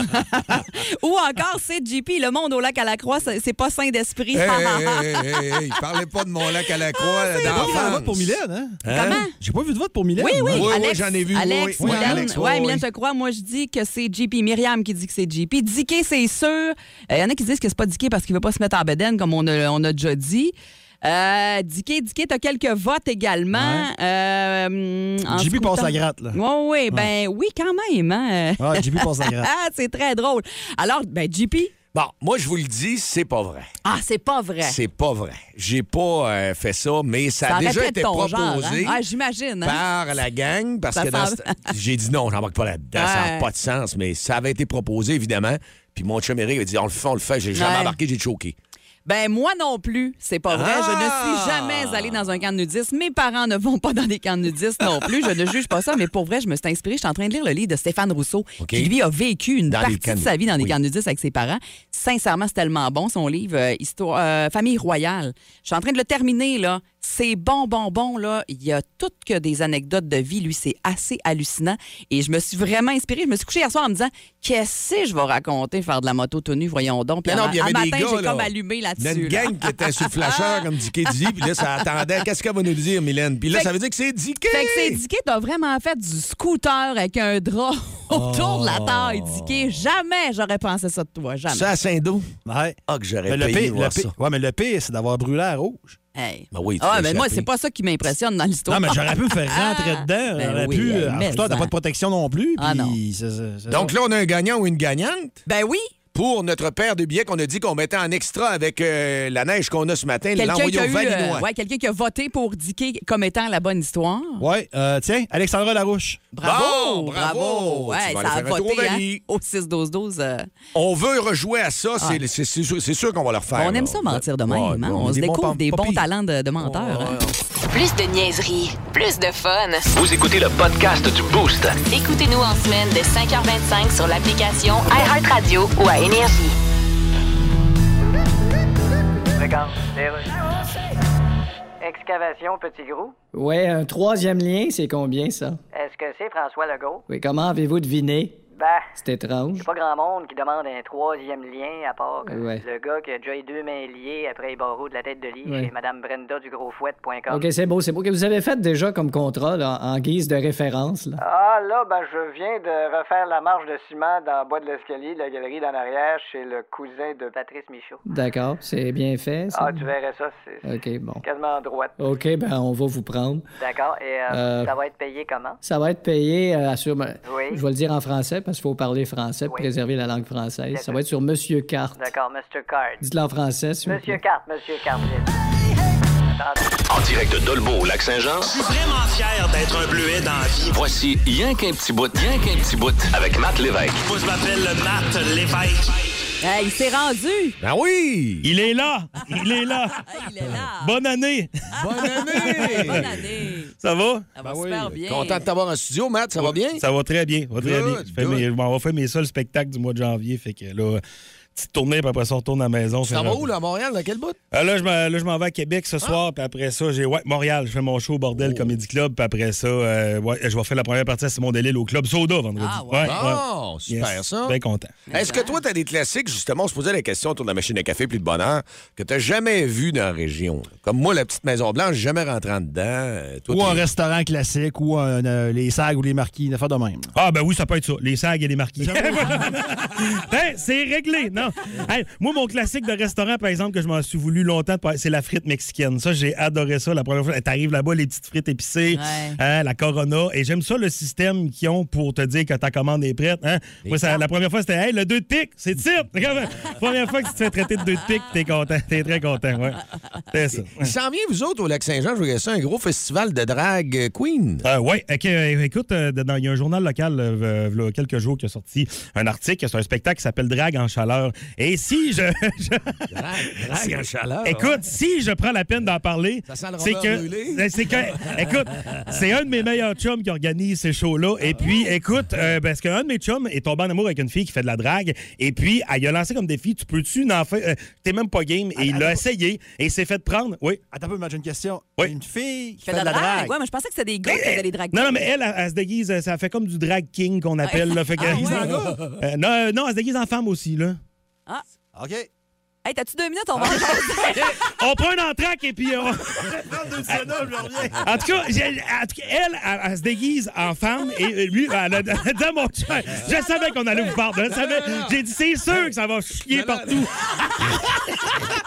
Speaker 4: Ou encore, c'est JP, le monde au lac à la croix, c'est c'est pas sain d'esprit.
Speaker 3: Hey, hey, hey, hey, hey, il parlait pas de mon lac à la croix
Speaker 5: J'ai pas
Speaker 3: d'enfance.
Speaker 5: vu de vote pour Mylène, hein?
Speaker 4: Comment?
Speaker 5: J'ai pas vu de vote pour Mylène.
Speaker 4: Oui, oui,
Speaker 3: Oui, oui,
Speaker 4: Alex,
Speaker 3: j'en ai vu,
Speaker 4: Alex,
Speaker 3: oui, oui.
Speaker 4: Mylène,
Speaker 3: Oui, Alex, oui,
Speaker 4: ouais,
Speaker 3: oui.
Speaker 4: Mylène, je crois, moi, je dis que c'est JP. Myriam qui dit que c'est JP. Dicky, c'est sûr. Il y en a qui disent que c'est pas Dicky parce qu'il veut pas se mettre en bedaine, comme on a, on a déjà dit. Euh, Dicky, Dicky, t'as quelques votes également. Euh, hum, en
Speaker 5: JP
Speaker 4: scooter.
Speaker 5: passe la gratte, là.
Speaker 4: Oui, oui, ben oui, quand même. hein.
Speaker 5: Ah, j'ai vu passer la gratte.
Speaker 4: Ah, c'est très drôle. Alors, ben, JP,
Speaker 3: Bon, moi, je vous le dis, c'est pas vrai.
Speaker 4: ah, c'est pas vrai.
Speaker 3: C'est pas vrai. J'ai pas euh, fait ça, mais ça, a
Speaker 4: aurait pu
Speaker 3: déjà
Speaker 4: être
Speaker 3: été
Speaker 4: ton
Speaker 3: proposé
Speaker 4: genre, hein? Ah, j'imagine. hein?
Speaker 3: par la gang parce
Speaker 4: Ça
Speaker 3: que dans
Speaker 4: semble-
Speaker 3: ce- j'ai dit non, j'embarque pas là-dedans, ça
Speaker 4: Ouais.
Speaker 3: n'a pas de sens, mais ça avait été proposé évidemment. Puis mon chum Eric a dit on le fait, on le fait, j'ai jamais
Speaker 4: Ouais.
Speaker 3: embarqué, j'ai choqué.
Speaker 4: Ben moi non plus, c'est pas vrai. Je ne suis
Speaker 3: Ah!
Speaker 4: jamais allée dans un camp de nudistes. Mes parents ne vont pas dans des camps de nudistes non plus. Je ne juge pas ça, mais pour vrai, je me suis inspirée. Je suis en train de lire le livre de Stéphane Rousseau,
Speaker 3: OK.
Speaker 4: qui lui a vécu une
Speaker 3: Dans les
Speaker 4: partie
Speaker 3: camps
Speaker 4: de
Speaker 3: de-
Speaker 4: sa vie dans des
Speaker 3: oui.
Speaker 4: camps de nudistes avec ses parents. Sincèrement, c'est tellement bon son livre euh, Histoire euh, Famille royale. Je suis en train de le terminer là. C'est bon, bon, bon là. Il y a toutes que des anecdotes de vie. Lui, c'est assez hallucinant. Et je me suis vraiment inspirée. Je me suis couchée hier soir en me disant qu'est-ce que je vais raconter faire de la moto tenue, voyons donc. Puis
Speaker 3: Non, non,
Speaker 4: à-
Speaker 3: puis il y
Speaker 4: à
Speaker 3: avait des
Speaker 4: matin,
Speaker 3: gars,
Speaker 4: j'ai
Speaker 3: là.
Speaker 4: comme allumé
Speaker 3: Il y a
Speaker 4: là-dessus.
Speaker 3: une
Speaker 4: là.
Speaker 3: gang qui était sous le flasheur comme Dicky dit, puis là ça attendait qu'est-ce qu'elle va nous dire Mylène. Puis là
Speaker 4: Fait-
Speaker 3: ça veut dire que c'est Dicky.
Speaker 4: Fait que c'est Dicky, t'as vraiment fait du scooter avec un drap autour de la taille, Dicky. Jamais j'aurais pensé ça de toi, jamais.
Speaker 3: Oh. Ça à Saint-Dô.
Speaker 5: Ouais.
Speaker 3: Ah que j'aurais
Speaker 5: Mais le
Speaker 3: payé
Speaker 5: pire,
Speaker 3: voir
Speaker 5: le pire-
Speaker 3: ça.
Speaker 5: ouais, mais le pire, c'est d'avoir brûlé à rouge.
Speaker 4: Hey.
Speaker 3: Ben oui, tu
Speaker 4: ah,
Speaker 3: l'as
Speaker 4: mais moi,
Speaker 3: échappé.
Speaker 4: c'est pas ça qui m'impressionne dans l'histoire. Ah,
Speaker 5: Non, mais j'aurais pu me faire rentrer dedans.
Speaker 4: Ben
Speaker 5: J'aurais
Speaker 4: oui,
Speaker 5: pu.
Speaker 4: euh,
Speaker 5: euh,
Speaker 4: mais
Speaker 5: toi, t'as
Speaker 4: en.
Speaker 5: pas de protection non plus.
Speaker 4: Ah, non.
Speaker 5: puis c'est- c'est- c'est-
Speaker 3: Donc là on a un gagnant ou une gagnante.
Speaker 4: Ben oui,
Speaker 3: pour notre paire de billets qu'on a dit qu'on mettait en extra avec euh, la neige qu'on a ce matin,
Speaker 4: Quelqu'un qui,
Speaker 3: l'envoyer
Speaker 4: a
Speaker 3: au
Speaker 4: eu, euh,
Speaker 3: Valinois.
Speaker 4: ouais, quelqu'un qui a voté pour Dicky comme étant la bonne histoire.
Speaker 13: Oui,
Speaker 5: euh,
Speaker 13: tiens, Alexandra Larouche.
Speaker 4: Bravo!
Speaker 3: Bon, bravo!
Speaker 4: Ouais,
Speaker 3: Tu vas
Speaker 4: ça a
Speaker 3: aller faire un tour
Speaker 4: voté
Speaker 3: au
Speaker 4: hein,
Speaker 3: Vali.
Speaker 4: au 6-12-12. euh.
Speaker 3: On veut rejouer à ça, c'est-
Speaker 4: Ah.
Speaker 3: c'est c'est sûr, c'est sûr qu'on va le refaire.
Speaker 4: on aime
Speaker 3: là.
Speaker 4: ça mentir de même.
Speaker 3: Ouais,
Speaker 4: hein.
Speaker 3: Ben ouais,
Speaker 4: on
Speaker 3: est
Speaker 4: se
Speaker 3: bons
Speaker 4: découvre
Speaker 3: pam-
Speaker 4: des bons
Speaker 3: papis.
Speaker 4: talents de, de menteurs. hein.
Speaker 1: Plus de niaiserie, plus de fun.
Speaker 2: Vous écoutez le podcast du Boost.
Speaker 1: Écoutez-nous en semaine de 5h25 sur l'application iHeartRadio ou à Énergie.
Speaker 9: Regarde, les Excavation Petit Groupe.
Speaker 14: Ouais, un troisième lien, c'est combien ça?
Speaker 9: Est-ce que c'est François Legault?
Speaker 14: Oui, comment avez-vous deviné?
Speaker 9: Ben,
Speaker 14: C'est étrange.
Speaker 9: c'est pas grand monde qui demande un troisième lien à part que
Speaker 14: Ouais.
Speaker 9: le gars qui a déjà eu deux mains liées après les barreaux de la tête de lit
Speaker 14: Ouais.
Speaker 9: chez Madame Brenda du Gros Fouette.com.
Speaker 14: OK, c'est beau, c'est beau. Que vous avez fait déjà comme contrat là, en guise de référence. Là.
Speaker 9: Ah là, ben je viens de refaire la marche de ciment dans le bas de l'escalier de la galerie d'en arrière chez le cousin de Patrice Michaud.
Speaker 14: D'accord, c'est bien fait. ça.
Speaker 9: Ah, tu verrais ça, c'est c'est
Speaker 14: OK, bon.
Speaker 9: quasiment en droite.
Speaker 14: OK, ben on va vous prendre.
Speaker 9: D'accord, et euh,
Speaker 14: Euh,
Speaker 9: ça va être payé comment?
Speaker 14: Ça va être payé, euh, assure- ben,
Speaker 9: Oui.
Speaker 14: je vais le dire en français parce qu'il faut parler français pour
Speaker 9: Oui.
Speaker 14: préserver la langue française. Ça va être sur Monsieur Carte.
Speaker 9: D'accord, Mr. Card.
Speaker 14: Dites-le en français, s'il vous
Speaker 9: Monsieur
Speaker 14: plaît.
Speaker 9: Card, Monsieur Card.
Speaker 2: En direct de Dolbeau, Lac-Saint-Jean.
Speaker 5: Je suis vraiment fier d'être un bleuet dans la vie.
Speaker 2: Voici Y'en qu'un petit bout, Y'en qu'un petit bout avec Matt Lévesque.
Speaker 5: Moi, je m'appelle Matt Lévesque.
Speaker 4: Hey, il s'est rendu! Ah,
Speaker 3: Ben oui!
Speaker 5: Il est là! Il est là!
Speaker 4: Il est là!
Speaker 5: Bonne année!
Speaker 3: Bonne année!
Speaker 4: Bonne année!
Speaker 5: Ça va?
Speaker 4: Ça va super bien.
Speaker 3: Content de t'avoir en studio, Matt, ça va bien?
Speaker 5: Ça va très bien. Ça va très
Speaker 3: Good,
Speaker 5: bien. Je fais
Speaker 3: good.
Speaker 5: mes- je m'en vais faire mes seuls spectacles du mois de janvier. Fait que là, petite tournée, puis après ça, on retourne à la maison.
Speaker 3: Tu
Speaker 5: faire
Speaker 3: t'en vas
Speaker 5: un-
Speaker 3: où, là, Ah. à Montréal, dans quel bout?
Speaker 5: Euh, là, je m'en- là, je m'en vais à Québec ce soir, puis après ça, j'ai ouais, Montréal. Je fais mon show au Bordel
Speaker 3: Oh.
Speaker 5: Comedy Club, puis après ça, euh, ouais, je vais faire la première partie à Simon Delille au Club Soda vendredi.
Speaker 4: Ah, ouais.
Speaker 3: Bon, super, ça.
Speaker 5: Bien content.
Speaker 3: Est-ce que toi, t'as des classiques, justement, on se posait la question autour de la machine à café plus de bonheur, que t'as jamais vu dans la région? là? Comme moi, la petite Maison-Blanche, jamais rentrant dedans. Euh, toi,
Speaker 13: Ou
Speaker 3: t'es-
Speaker 13: un restaurant classique, ou un, euh, les sags ou les marquis, une affaire de même.
Speaker 5: Ah, ben oui, ça peut être ça. Les sags et les marquis. Ben, c'est réglé, non. Hey, moi, mon classique de restaurant, par exemple, que je m'en suis voulu longtemps, c'est la frite mexicaine. Ça, j'ai adoré ça la première fois. T'arrives là-bas, les petites frites épicées,
Speaker 4: Ouais.
Speaker 5: hein, la Corona. Et j'aime ça, le système qu'ils ont pour te dire que ta commande est prête. hein. Moi, ça- la première fois, c'était Hey, le 2 de pique, c'est type. première fois que tu te fais traiter de 2 de pique, t'es content. T'es très content, ouais. C'était ça.
Speaker 3: Il s'en vient, vous autres, au Lac-Saint-Jean, je voulais ça, un gros festival de drag queen.
Speaker 5: oui, écoute, euh, dedans, il y a un journal local, euh, il y a quelques jours, qui a sorti un article. C'est un spectacle qui s'appelle Drague en chaleur. Et si je. je-
Speaker 3: Drague en chaleur.
Speaker 5: écoute, si je prends la peine d'en parler,
Speaker 3: Ça sent le
Speaker 5: c'est
Speaker 3: rondeur brûlé.
Speaker 5: que, c'est que. Écoute, c'est un de mes meilleurs chums qui organise ces shows-là.
Speaker 3: Ah.
Speaker 5: Et puis, écoute, euh, parce qu'un de mes chums est tombé en amour avec une fille qui fait de la drague. Et puis, elle lui a lancé comme défi tu peux-tu n'en faire. euh, T'es même pas game.
Speaker 3: Ah,
Speaker 5: Et il l'a essayé. Et il s'est fait prendre. Oui.
Speaker 13: Attends un peu, imagine une question.
Speaker 5: Oui.
Speaker 13: Une fille qui
Speaker 4: Fait de la drague. Ouais, mais je pensais que c'était des gars qui faisaient des drag
Speaker 5: Non, non, mais elle, elle, elle se déguise, euh, ça fait comme du drag king qu'on appelle. Là, fait que-
Speaker 4: Ah, ouais.
Speaker 5: Euh, non, euh, non, elle se déguise en femme aussi. Là.
Speaker 13: OK.
Speaker 4: Hey, t'as-tu deux minutes? On va en jaser.
Speaker 5: On prend un entraque et puis euh, on... En tout cas, j'ai- en tout cas, elle, elle, elle se déguise en femme et euh, lui, elle a elle a dit à mon chum, je savais qu'on allait vous parler. Je savais- J'ai dit, c'est sûr que ça va chier partout.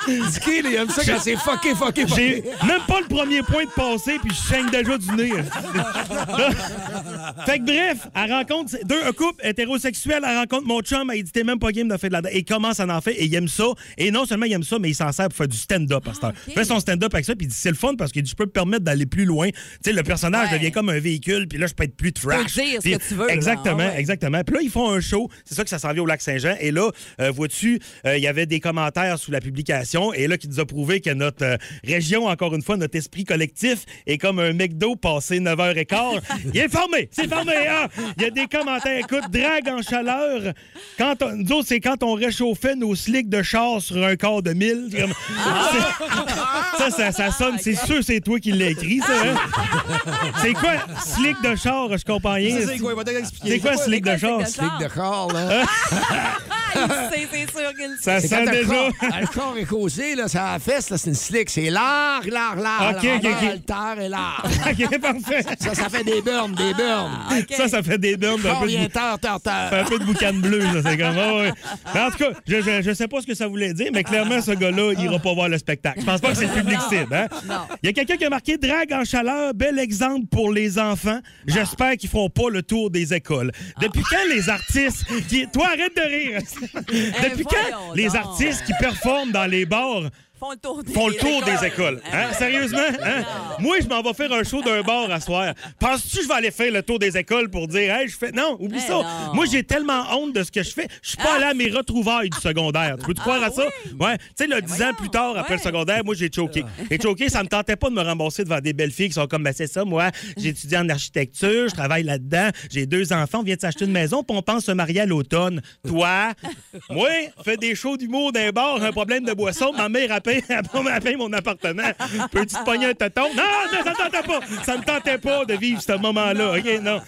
Speaker 3: Dicky, il aime ça quand c'est fucké, fucké,
Speaker 5: J'ai
Speaker 3: fucké.
Speaker 5: même pas le premier point de passé, puis je saigne déjà du nez. fait que bref, elle rencontre deux un couple hétérosexuel, elle rencontre mon chum, elle dit t'es même pas game de faire de la danse. Et commence à en faire, et il aime ça. Et non seulement il aime ça, mais il s'en sert pour faire du stand-up à cette heure. Il Fait son stand-up avec ça, puis il dit c'est le fun parce que je peux me permettre d'aller plus loin. Tu sais, le personnage
Speaker 4: Ouais.
Speaker 5: devient comme un véhicule, puis là, je peux être plus trash.
Speaker 4: peux dire ce
Speaker 5: Puis-
Speaker 4: que tu veux, là.
Speaker 5: Exactement,
Speaker 4: Ah ouais.
Speaker 5: exactement. Puis là, ils font un show. C'est ça que ça s'en vient au lac Saint-Jean. Et là, euh, vois-tu, euh, il y avait des commentaires sous la publication. Et là, qui nous a prouvé que notre euh, région, encore une fois, notre esprit collectif est comme un McDo passé 9h15. il est formé! C'est formé! hein? Il y a des commentaires. Écoute, drague en chaleur. Quand on, nous autres, c'est quand on réchauffait nos slicks de char sur un quart de mille. C'est comme-
Speaker 4: Ah!
Speaker 5: C'est- Ça, ça, ça sonne. C'est sûr, c'est toi qui l'as écrit, ça.
Speaker 4: Ah.
Speaker 5: hein? C'est quoi, slick de char? Je comprends rien.
Speaker 13: C'est quoi? Il va te l'expliquer.
Speaker 5: C'est quoi, ce ligue
Speaker 4: quoi,
Speaker 5: de
Speaker 4: le slick
Speaker 5: char?
Speaker 3: Ligue
Speaker 4: de char?
Speaker 3: de corps, là.
Speaker 4: Ah, il sait, c'est sûr qu'il le sait.
Speaker 5: Ah, Ça
Speaker 3: C'est quand
Speaker 5: sent
Speaker 3: le
Speaker 5: déjà.
Speaker 3: corps- Ah, le corps est causé, là, ça la fesse, là, c'est une slick. C'est large, large, large.
Speaker 5: Ok,
Speaker 3: large,
Speaker 5: ok,
Speaker 3: large,
Speaker 5: ok.
Speaker 3: Le terre est large.
Speaker 5: OK, parfait.
Speaker 3: Ça, ça fait des burnes, des burnes.
Speaker 4: OK.
Speaker 5: Ça, ça fait des burnes. Un
Speaker 3: Corps
Speaker 5: peu de,
Speaker 3: vient
Speaker 5: bou-
Speaker 3: tard, tard, tard.
Speaker 5: un peu de boucan bleu, ça, c'est comme. ah ouais. Mais en tout cas, je, je, je sais pas ce que ça voulait dire, mais clairement, ce gars-là, il ira pas voir le spectacle. Je pense pas que c'est le public cible. hein. Il y a quelqu'un qui a marqué Drague en chaleur, bel exemple pour les enfants. J'espère qu'ils feront pas le tour des écoles. Depuis quand les artistes. qui- Toi, arrête de rire. Depuis quand
Speaker 4: voyons
Speaker 5: les
Speaker 4: donc.
Speaker 5: artistes qui performent dans les bars
Speaker 4: Font le tour des
Speaker 5: font le tour
Speaker 4: écoles.
Speaker 5: des écoles. Hein? Sérieusement? Hein? Moi, je m'en vais faire un show d'un bar à soir. Penses-tu que je vais aller faire le tour des écoles pour dire, hey, je fais. Non, oublie ça.
Speaker 4: non.
Speaker 5: Moi, j'ai tellement honte de ce que je fais. Je suis pas allé à mes retrouvailles du secondaire. Tu peux te croire à ça? Ouais. Tu sais, là, 10 ans plus tard, après le secondaire, moi, j'ai choqué. Et choqué, ça me tentait pas de me rembourser devant des belles filles qui sont comme, ben, c'est ça, moi, j'étudie en architecture, je travaille là-dedans, j'ai deux enfants, on vient de s'acheter une maison, puis on pense se marier à l'automne. Toi, moi, fais des shows d'humour d'un bar, un problème de boisson, ma mère appelle, elle paye mon appartement. Peux-tu te pogner un tonton? Non, non, ça ne tentait pas. Ça ne tentait pas de vivre ce moment-là. OK, non.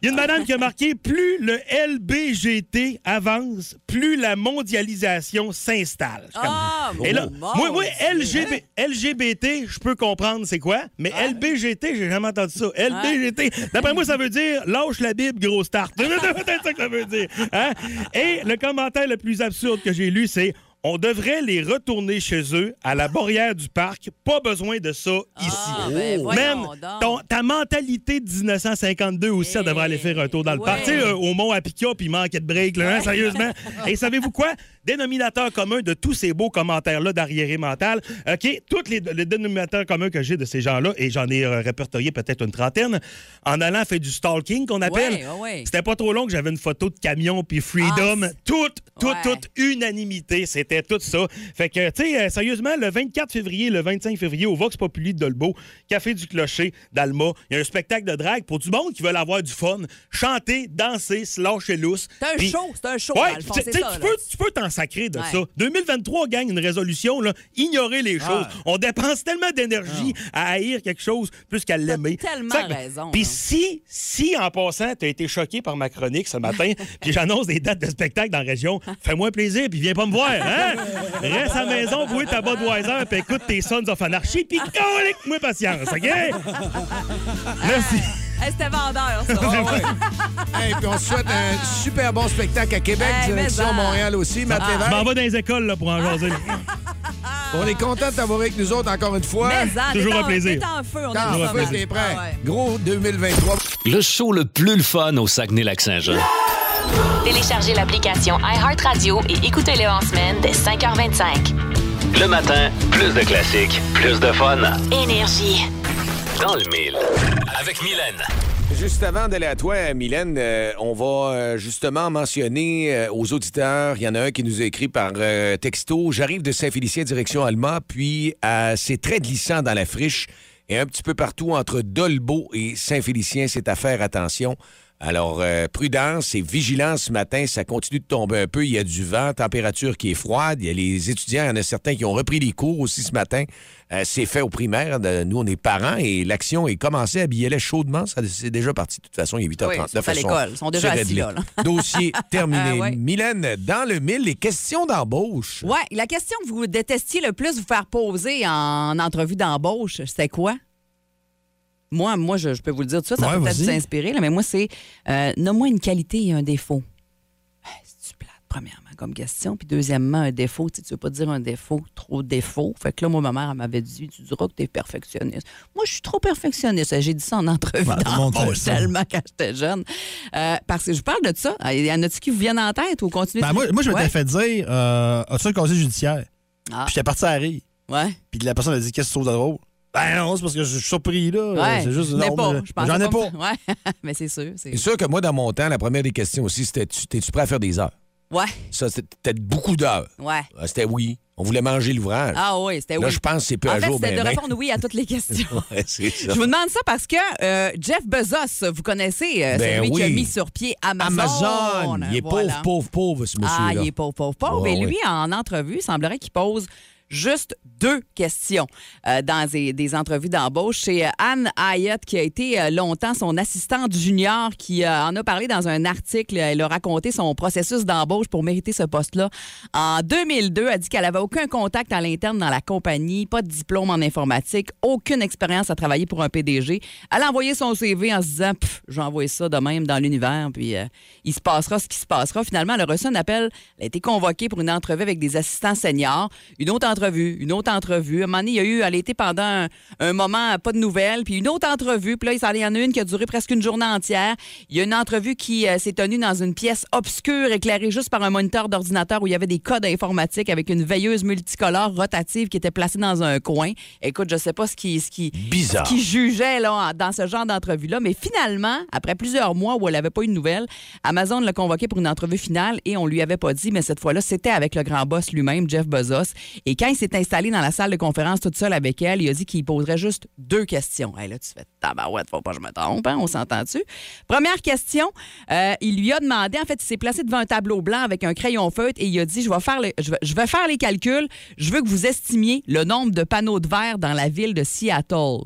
Speaker 5: Il y a une madame qui a marqué plus le LBGT avance, plus la mondialisation s'installe. Je suis comme-
Speaker 4: Ah,
Speaker 5: Et là,
Speaker 4: mon
Speaker 5: moi, moi,
Speaker 4: Dieu.
Speaker 5: LGB- LGBT, je peux comprendre c'est quoi, mais LBGT, j'ai jamais entendu ça. LBGT, d'après moi, ça veut dire lâche la Bible, grosse tarte. c'est ça que ça veut dire. hein? Et le commentaire le plus absurde que j'ai lu, c'est on devrait les retourner chez eux à la barrière du parc. Pas besoin de ça ici.
Speaker 4: ben,
Speaker 5: Oh.
Speaker 4: voyons
Speaker 5: Même
Speaker 4: donc.
Speaker 5: ton- ta mentalité de 1952 aussi, elle devrait aller faire un tour dans le
Speaker 4: ouais.
Speaker 5: parc. Tu sais, euh, au Mont Apica, puis il manquait de break, là, hein, sérieusement. Et savez-vous quoi? Dénominateur commun de tous ces beaux commentaires-là d'arriéré mental. OK? Tous les, les dénominateurs communs que j'ai de ces gens-là, et j'en ai euh, répertorié peut-être une trentaine, en allant faire du stalking, qu'on appelle.
Speaker 4: Ouais, ouais, ouais.
Speaker 5: C'était pas trop long que j'avais une photo de camion, puis Freedom.
Speaker 4: Ah, c'est-
Speaker 5: toute, toute,
Speaker 4: Ouais.
Speaker 5: toute unanimité. C'était tout ça. Fait que, tu sais, euh, sérieusement, le 24 février, le 25 février, au Vox Populi de Dolbeau, Café du Clocher, d'Alma, il y a un spectacle de drague pour du monde qui veut avoir du fun, chanter, danser, se lâcher lousse.
Speaker 4: C'est un
Speaker 5: Puis-
Speaker 4: show, c'est un show,
Speaker 5: Ouais,
Speaker 4: dans le fond,
Speaker 5: tu sais,
Speaker 4: c'est
Speaker 5: tu
Speaker 4: ça, là.
Speaker 5: peux- tu peux t'en sacrer de
Speaker 4: Ouais.
Speaker 5: ça. 2023 gagne une résolution, là, ignorer les
Speaker 4: Ah.
Speaker 5: choses. On dépense tellement d'énergie à haïr quelque chose plus qu'à l'aimer.
Speaker 4: tellement
Speaker 5: Ça,
Speaker 4: raison,
Speaker 5: Puis
Speaker 4: là.
Speaker 5: si, si en passant, tu as été choqué par ma chronique ce matin, puis j'annonce des dates de spectacle dans la région, fais-moi plaisir, puis viens pas me voir. Hein? Reste à la maison, bois ta Budweiser, puis écoute tes Sons of Anarchy, puis colique-moi patience, OK? Merci.
Speaker 4: Hey, C'était vendeur, ça.
Speaker 15: Hey, puis on se souhaite un super bon spectacle à Québec,
Speaker 4: Hey, mais
Speaker 15: direction
Speaker 4: ça. Ah.
Speaker 15: Montréal aussi. Matt
Speaker 5: Je m'en vais dans les écoles là, pour en jaser.
Speaker 15: On est content de t'avoir avec nous autres encore une fois.
Speaker 5: Mais ça, Toujours t'es un en- plaisir. t'es
Speaker 4: hein, en feu, on Ah
Speaker 15: T'es
Speaker 5: est
Speaker 15: en
Speaker 5: en
Speaker 15: feu,
Speaker 5: feu.
Speaker 15: t'es prêt. Gros 2023.
Speaker 2: Le show le plus le fun au Saguenay-Lac-Saint-Jean.
Speaker 1: Téléchargez l'application iHeartRadio et écoutez-le en semaine dès 5h25.
Speaker 2: Le matin, plus de classiques, plus de fun.
Speaker 1: Énergie.
Speaker 2: Dans le mille. Avec Mylène.
Speaker 3: Juste avant d'aller à toi, euh, Mylène, euh, on va euh, justement mentionner euh, aux auditeurs, il y en a un qui nous a écrit par euh, texto, j'arrive de Saint-Félicien direction Alma, puis euh, c'est très glissant dans la friche et un petit peu partout entre Dolbeau et Saint-Félicien, c'est à faire attention. Alors, euh, prudence et vigilance ce matin, ça continue de tomber un peu. Il y a du vent, température qui est froide. Il y a les étudiants, il y en a certains qui ont repris les cours aussi ce matin. Euh, c'est fait aux primaires. De- Nous, on est parents et l'action est commencée. Habillez-les chaudement. Ça, c'est déjà parti. De toute façon, il est 8h39.
Speaker 4: Oui, ils sont à
Speaker 3: Elles
Speaker 4: l'école. Ils sont déjà
Speaker 3: c'est
Speaker 4: assis,
Speaker 3: réglé.
Speaker 4: là, là.
Speaker 3: Dossier terminé.
Speaker 4: Ah, ouais.
Speaker 3: Mylène, dans le mille, les questions d'embauche.
Speaker 4: Ouais, la question que vous détestiez le plus vous faire poser en entrevue d'embauche, c'était quoi? Moi, moi je, je peux vous le dire tout ça, ça
Speaker 16: Ouais,
Speaker 4: peut peut-être
Speaker 16: vas-y.
Speaker 4: vous inspirer, là, mais moi, c'est euh, nomme-moi une qualité et un défaut. Eh, C'est-tu plate, premièrement, comme question. Puis deuxièmement, un défaut. Tu ne veux pas dire un défaut, trop de défauts. Fait que là, moi, ma mère, elle m'avait dit Tu diras que tu es perfectionniste. Moi, je suis trop perfectionniste. J'ai dit ça en entrevue
Speaker 16: Ouais, Bah, tout le monde fait
Speaker 4: d'embauche
Speaker 16: ça.
Speaker 4: tellement quand j'étais jeune. Euh, parce que je vous parle de ça. Il y en a-tu qui vous viennent en tête ou continuez
Speaker 16: Bah,
Speaker 17: Ben, moi, moi, je m'étais
Speaker 4: Ouais.
Speaker 17: fait dire euh, As-tu un casier judiciaire
Speaker 4: Ah.
Speaker 17: Puis j'étais parti à rire.
Speaker 4: Ouais.
Speaker 17: Puis la personne a dit Qu'est-ce que tu trouves de drôle Ben non, c'est parce que je suis surpris, là.
Speaker 3: Euh,
Speaker 4: Ouais,
Speaker 17: C'est juste.
Speaker 4: je n'ai
Speaker 17: non,
Speaker 4: pas.
Speaker 17: mais-
Speaker 4: Je pensais
Speaker 17: J'en ai pas.
Speaker 4: me- Ouais, mais c'est sûr. c'est-
Speaker 3: C'est sûr que moi, dans mon temps, la première des questions aussi, c'était tu- T'es-tu prêt à faire des heures?
Speaker 4: Ouais,
Speaker 3: Ça, c'était peut-être beaucoup d'heures.
Speaker 4: ouais.
Speaker 3: Euh, C'était oui. On voulait manger l'ouvrage.
Speaker 4: Ah oui, c'était oui.
Speaker 3: Là, je pense que c'est peu
Speaker 4: En
Speaker 3: à
Speaker 4: fait,
Speaker 3: jour,
Speaker 4: c'était
Speaker 3: ben,
Speaker 4: de
Speaker 3: ben.
Speaker 4: répondre oui à toutes les questions.
Speaker 3: Ouais, c'est ça.
Speaker 4: Je vous demande ça parce que euh, Jeff Bezos, vous connaissez, euh,
Speaker 3: Ben
Speaker 4: celui qui a
Speaker 3: oui.
Speaker 4: mis sur pied Amazon. hein,
Speaker 3: Amazon. Il est
Speaker 4: Voilà.
Speaker 3: pauvre, pauvre, pauvre, ce monsieur-là.
Speaker 4: Ah, il est pauvre, pauvre, pauvre.
Speaker 3: Ouais,
Speaker 4: Et lui,
Speaker 3: ouais.
Speaker 4: en entrevue, il semblerait qu'il pose juste deux questions euh, dans des, des entrevues d'embauche. C'est euh, Anne Hyatt, qui a été euh, longtemps son assistante junior, qui euh, en a parlé dans un article. Elle a raconté son processus d'embauche pour mériter ce poste-là. En 2002, elle dit qu'elle avait aucun contact à l'interne dans la compagnie, pas de diplôme en informatique, aucune expérience à travailler pour un PDG. Elle a envoyé son CV en se disant Pff, j'ai envoyé ça de même dans l'univers, puis euh, il se passera ce qui se passera. Finalement, elle a reçu un appel. Elle a été convoquée pour une entrevue avec des assistants seniors. Une autre entrevue entrevue, une autre entrevue. À un moment donné, il y a eu, elle a été pendant un, un moment, euh, pas de nouvelles, puis une autre entrevue. Puis là, il s'en- il y en a une qui a duré presque une journée entière. Il y a une entrevue qui euh, s'est tenue dans une pièce obscure, éclairée juste par un moniteur d'ordinateur où il y avait des codes informatiques avec une veilleuse multicolore rotative qui était placée dans un coin. Écoute, je sais pas ce qui, ce qui,
Speaker 18: Bizarre.
Speaker 4: ce qui jugeait là, en- dans ce genre d'entrevue-là. Mais finalement, après plusieurs mois où elle n'avait pas eu de nouvelles, Amazon l'a convoqué pour une entrevue finale et on lui avait pas dit, mais cette fois-là, c'était avec le grand boss lui-même, Jeff Bezos. Et quand il s'est installé dans la salle de conférence toute seule avec elle, il a dit qu'il poserait juste deux questions. Hey, là, tu fais tabarouette, faut pas que je me trompe, hein, on s'entend-tu? Première question, euh, il lui a demandé, en fait, il s'est placé devant un tableau blanc avec un crayon feutre et il a dit, je vais faire, le- je vais- je vais faire les calculs, je veux que vous estimiez le nombre de panneaux de verre dans la ville de Seattle.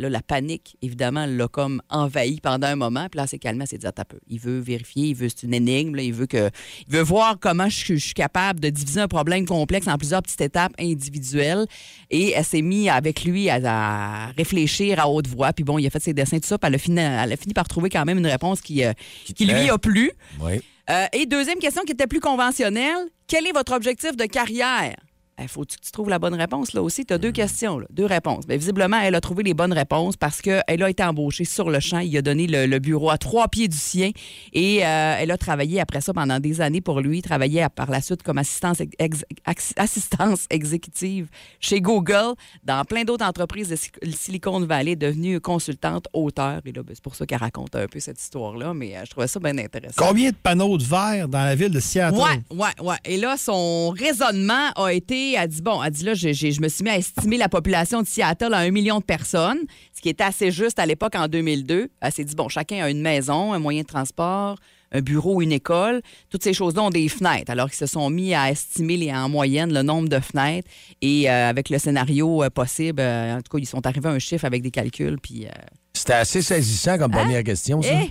Speaker 4: Là, la panique, évidemment, l'a comme envahi pendant un moment. Puis là, c'est calmé, c'est dit, attends un peu. Il veut vérifier, il veut, c'est une énigme, là, il veut que, il veut voir comment je, suis- je suis capable de diviser un problème complexe en plusieurs petites étapes individuelles. Et elle s'est mise avec lui à, à réfléchir à haute voix. Puis bon, il a fait ses dessins, tout ça. Puis elle a fini, elle a fini par trouver quand même une réponse qui, euh, qui lui a plu.
Speaker 3: Oui.
Speaker 4: Euh, et deuxième question qui était plus conventionnelle, quel est votre objectif de carrière? Il faut que tu trouves la bonne réponse là aussi. Tu as deux questions, là, deux réponses. Mais visiblement, elle a trouvé les bonnes réponses parce qu'elle a été embauchée sur le champ. Il a donné le, le bureau à trois pieds du sien et euh, elle a travaillé après ça pendant des années pour lui. Travaillait à- par la suite comme assistance, ex- ex- ex- assistance exécutive chez Google, dans plein d'autres entreprises de Sil- Silicon Valley, devenue consultante, auteur. Et là, ben, c'est pour ça qu'elle raconte un peu cette histoire-là, mais euh, je trouvais ça bien intéressant.
Speaker 5: Combien de panneaux de verre dans la ville de Seattle?
Speaker 4: Ouais, ouais, ouais. Et là, son raisonnement a été, elle dit, bon, elle dit là, j'ai- j'ai- je me suis mis à estimer la population de Seattle à un million de personnes, ce qui était assez juste à l'époque en 2002. Elle s'est dit, bon, chacun a une maison, un moyen de transport, un bureau, une école. Toutes ces choses-là ont des fenêtres. Alors, ils se sont mis à estimer les- en moyenne le nombre de fenêtres. Et euh, avec le scénario euh, possible, euh, en tout cas, ils sont arrivés à un chiffre avec des calculs. Puis, euh,
Speaker 18: C'était assez saisissant comme première question, ça.
Speaker 4: Eh!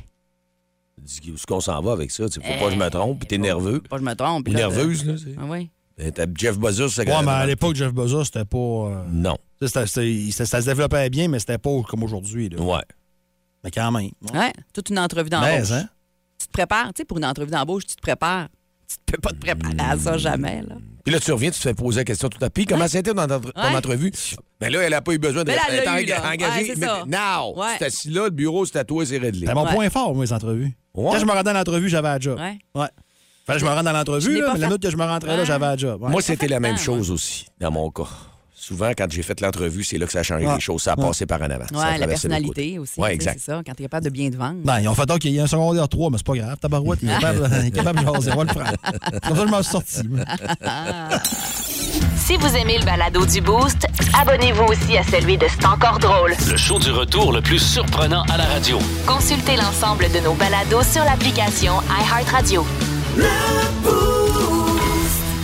Speaker 18: Dis- Où est-ce qu'on s'en va avec ça? tu sais, Faut pas que je me trompe, puis t'es nerveux.
Speaker 4: Pas que je me trompe. puis là,
Speaker 18: nerveuse,
Speaker 4: de-
Speaker 18: là. tu sais.
Speaker 4: Ah oui.
Speaker 18: Ben, t'as Jeff Bezos, c'est
Speaker 5: Ouais, mais à l'époque, Jeff Bezos, c'était pas. euh,
Speaker 18: Non.
Speaker 5: tu sais, c'était- c'était- il- ça, ça se développait bien, mais c'était pas comme aujourd'hui. là.
Speaker 18: Ouais.
Speaker 5: Mais quand même. hein.
Speaker 4: Ouais, toute une entrevue d'embauche.
Speaker 5: Mais, hein?
Speaker 4: Tu te prépares, tu sais, pour une entrevue d'embauche, tu te prépares. Tu te peux pas te préparer à
Speaker 18: Mmh.
Speaker 4: ça jamais, là.
Speaker 18: Puis là, tu reviens, tu te fais poser la question tout à pied. Comment c'était dans ton, entre- ton
Speaker 4: Hein? Ouais.
Speaker 18: entrevue? Mais là, elle n'a pas eu besoin de
Speaker 4: Mais là, elle
Speaker 18: est
Speaker 4: l'a
Speaker 18: en-
Speaker 4: eu, là.
Speaker 18: engagée.
Speaker 4: Ouais, c'est
Speaker 18: mais
Speaker 4: ça.
Speaker 18: now!
Speaker 4: Ouais.
Speaker 18: C'est assis là, le bureau, c'est à toi, c'est réglé.
Speaker 5: C'était mon point fort, moi, les entrevues.
Speaker 18: Ouais.
Speaker 5: Quand je me rendais à l'entrevue, j'avais un job.
Speaker 4: Ouais.
Speaker 5: Fallait que je me rende à
Speaker 4: Je l'ai
Speaker 5: l'entrevue, là,
Speaker 4: pas
Speaker 5: mais la
Speaker 4: fait-
Speaker 5: minute que je me rentrais là,
Speaker 4: Ouais.
Speaker 5: j'avais un job. Ouais.
Speaker 18: Moi, c'était la même chose aussi, dans mon cas. Souvent, quand j'ai fait l'entrevue, c'est là que ça a changé
Speaker 5: Ouais.
Speaker 18: les choses. Ça a passé par en avant. Ça a
Speaker 4: Ouais, la
Speaker 18: traversé le côté.
Speaker 4: personnalité aussi.
Speaker 18: Ouais,
Speaker 4: tu sais,
Speaker 18: exact.
Speaker 4: C'est ça, quand t'es capable de bien te vendre.
Speaker 5: Ben, ils ont fait donc qu'il y a un secondaire 3, mais c'est pas grave, tabarouette, il est capable, il est capable de jaser, on va le prendre. Comme ça, je m'en suis sorti. moi.
Speaker 1: Si vous aimez le balado du Boost, abonnez-vous aussi à celui de C'est encore drôle.
Speaker 2: Le show du retour le plus surprenant à la radio.
Speaker 1: Consultez l'ensemble de nos balados sur l'application iHeartRadio.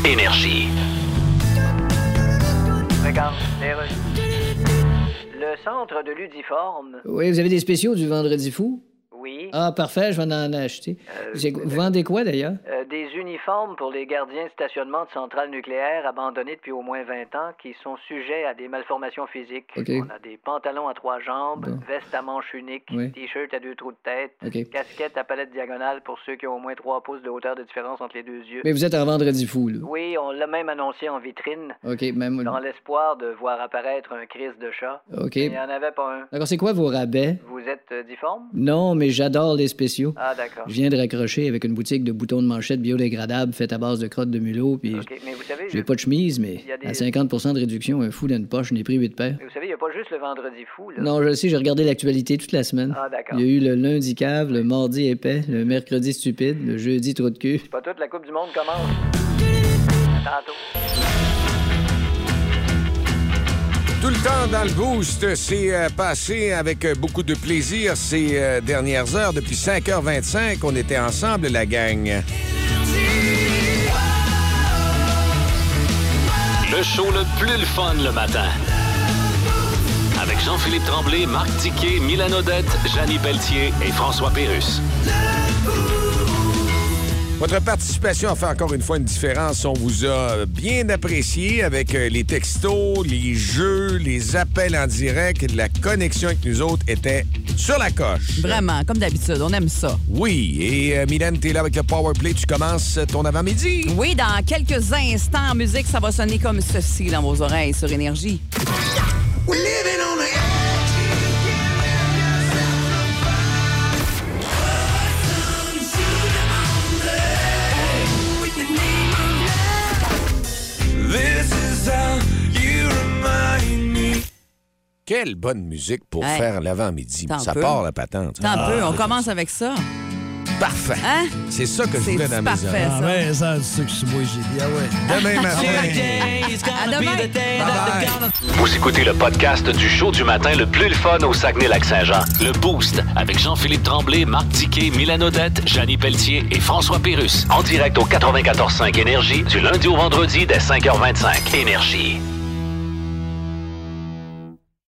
Speaker 2: Énergie.
Speaker 8: Regarde, les rues. Le centre de l'Udiforme.
Speaker 9: Oui, vous avez des spéciaux du Vendredi fou?
Speaker 8: Oui.
Speaker 9: Ah, parfait, je vais en acheter. J'ai- vous vendez quoi, d'ailleurs?
Speaker 8: Euh, des uniformes pour les gardiens de stationnement de centrales nucléaires abandonnées depuis au moins 20 ans qui sont sujets à des malformations physiques.
Speaker 9: Ok.
Speaker 8: On a des pantalons à trois jambes,
Speaker 9: Bon.
Speaker 8: veste à manches uniques,
Speaker 9: Oui.
Speaker 8: t-shirt à deux trous de tête,
Speaker 9: Ok.
Speaker 8: casquette à palette diagonale pour ceux qui ont au moins trois pouces de hauteur de différence entre les deux yeux.
Speaker 9: Mais vous êtes en Vendredi fou, là.
Speaker 8: Oui, on l'a même annoncé en vitrine.
Speaker 9: OK, même...
Speaker 8: Dans l'espoir de voir apparaître un crise de chat.
Speaker 9: Ok.
Speaker 8: Mais Il n'y en avait pas un.
Speaker 9: D'accord, c'est quoi vos rabais?
Speaker 8: Vous êtes euh, difforme?
Speaker 9: Non, mais j'adore les spéciaux.
Speaker 8: Ah, d'accord.
Speaker 9: Je viens de raccrocher avec une boutique de boutons de manchette biodégradables faite à base de crottes de mulot, puis
Speaker 8: OK, mais vous savez,
Speaker 9: j'ai
Speaker 8: je-
Speaker 9: pas de chemise, mais
Speaker 8: Il y a des-
Speaker 9: à 50 de réduction, un fou d'une poche, n'ai pris huit paires.
Speaker 8: mais vous savez, il n'y a pas juste le vendredi fou, là.
Speaker 9: Non, je le sais, j'ai regardé l'actualité toute la semaine.
Speaker 8: Ah, d'accord.
Speaker 9: Il y a eu le lundi cave, le mardi épais, le mercredi stupide, le jeudi trou de cul.
Speaker 8: C'est pas toute la Coupe du Monde commence. À tantôt.
Speaker 3: Tout le temps dans le boost, c'est euh, passé avec euh, beaucoup de plaisir ces euh, dernières heures. Depuis 5h25, on était ensemble, la gang.
Speaker 2: Le show le plus le fun le matin. Avec Jean-Philippe Tremblay, Marc Tiquet, Milan Odette, Janine Pelletier et François Pérus.
Speaker 3: Votre participation a fait encore une fois une différence. On vous a euh, bien apprécié avec euh, les textos, les jeux, les appels en direct. La connexion avec nous autres était sur la coche.
Speaker 4: Vraiment, comme d'habitude, on aime ça.
Speaker 3: Oui, et euh, Mylène, t'es là avec le Powerplay. Tu commences ton avant-midi.
Speaker 4: Oui, dans quelques instants en musique, ça va sonner comme ceci dans vos oreilles sur Énergie.
Speaker 3: Quelle bonne musique pour
Speaker 4: Hey.
Speaker 3: faire l'avant-midi.
Speaker 4: T'en
Speaker 3: Ça
Speaker 4: peux.
Speaker 3: part la patente.
Speaker 4: Tant
Speaker 3: Ah,
Speaker 4: peu, on commence avec ça.
Speaker 3: Parfait.
Speaker 4: Hein?
Speaker 3: C'est ça que je
Speaker 4: C'est
Speaker 3: voulais dans mes
Speaker 4: parfait,
Speaker 3: oreilles.
Speaker 4: ça. Ah ouais,
Speaker 5: ça, c'est que moi, j'ai dit. Ah ouais.
Speaker 3: Demain
Speaker 4: À demain.
Speaker 2: Vous écoutez le podcast du show du matin le plus le fun au Saguenay-Lac-Saint-Jean. Le Boost avec Jean-Philippe Tremblay, Marc Tiquet, Milan Odette, Janine Pelletier et François Pérus. En direct au 94.5 Énergie du lundi au vendredi dès 5h25. Énergie.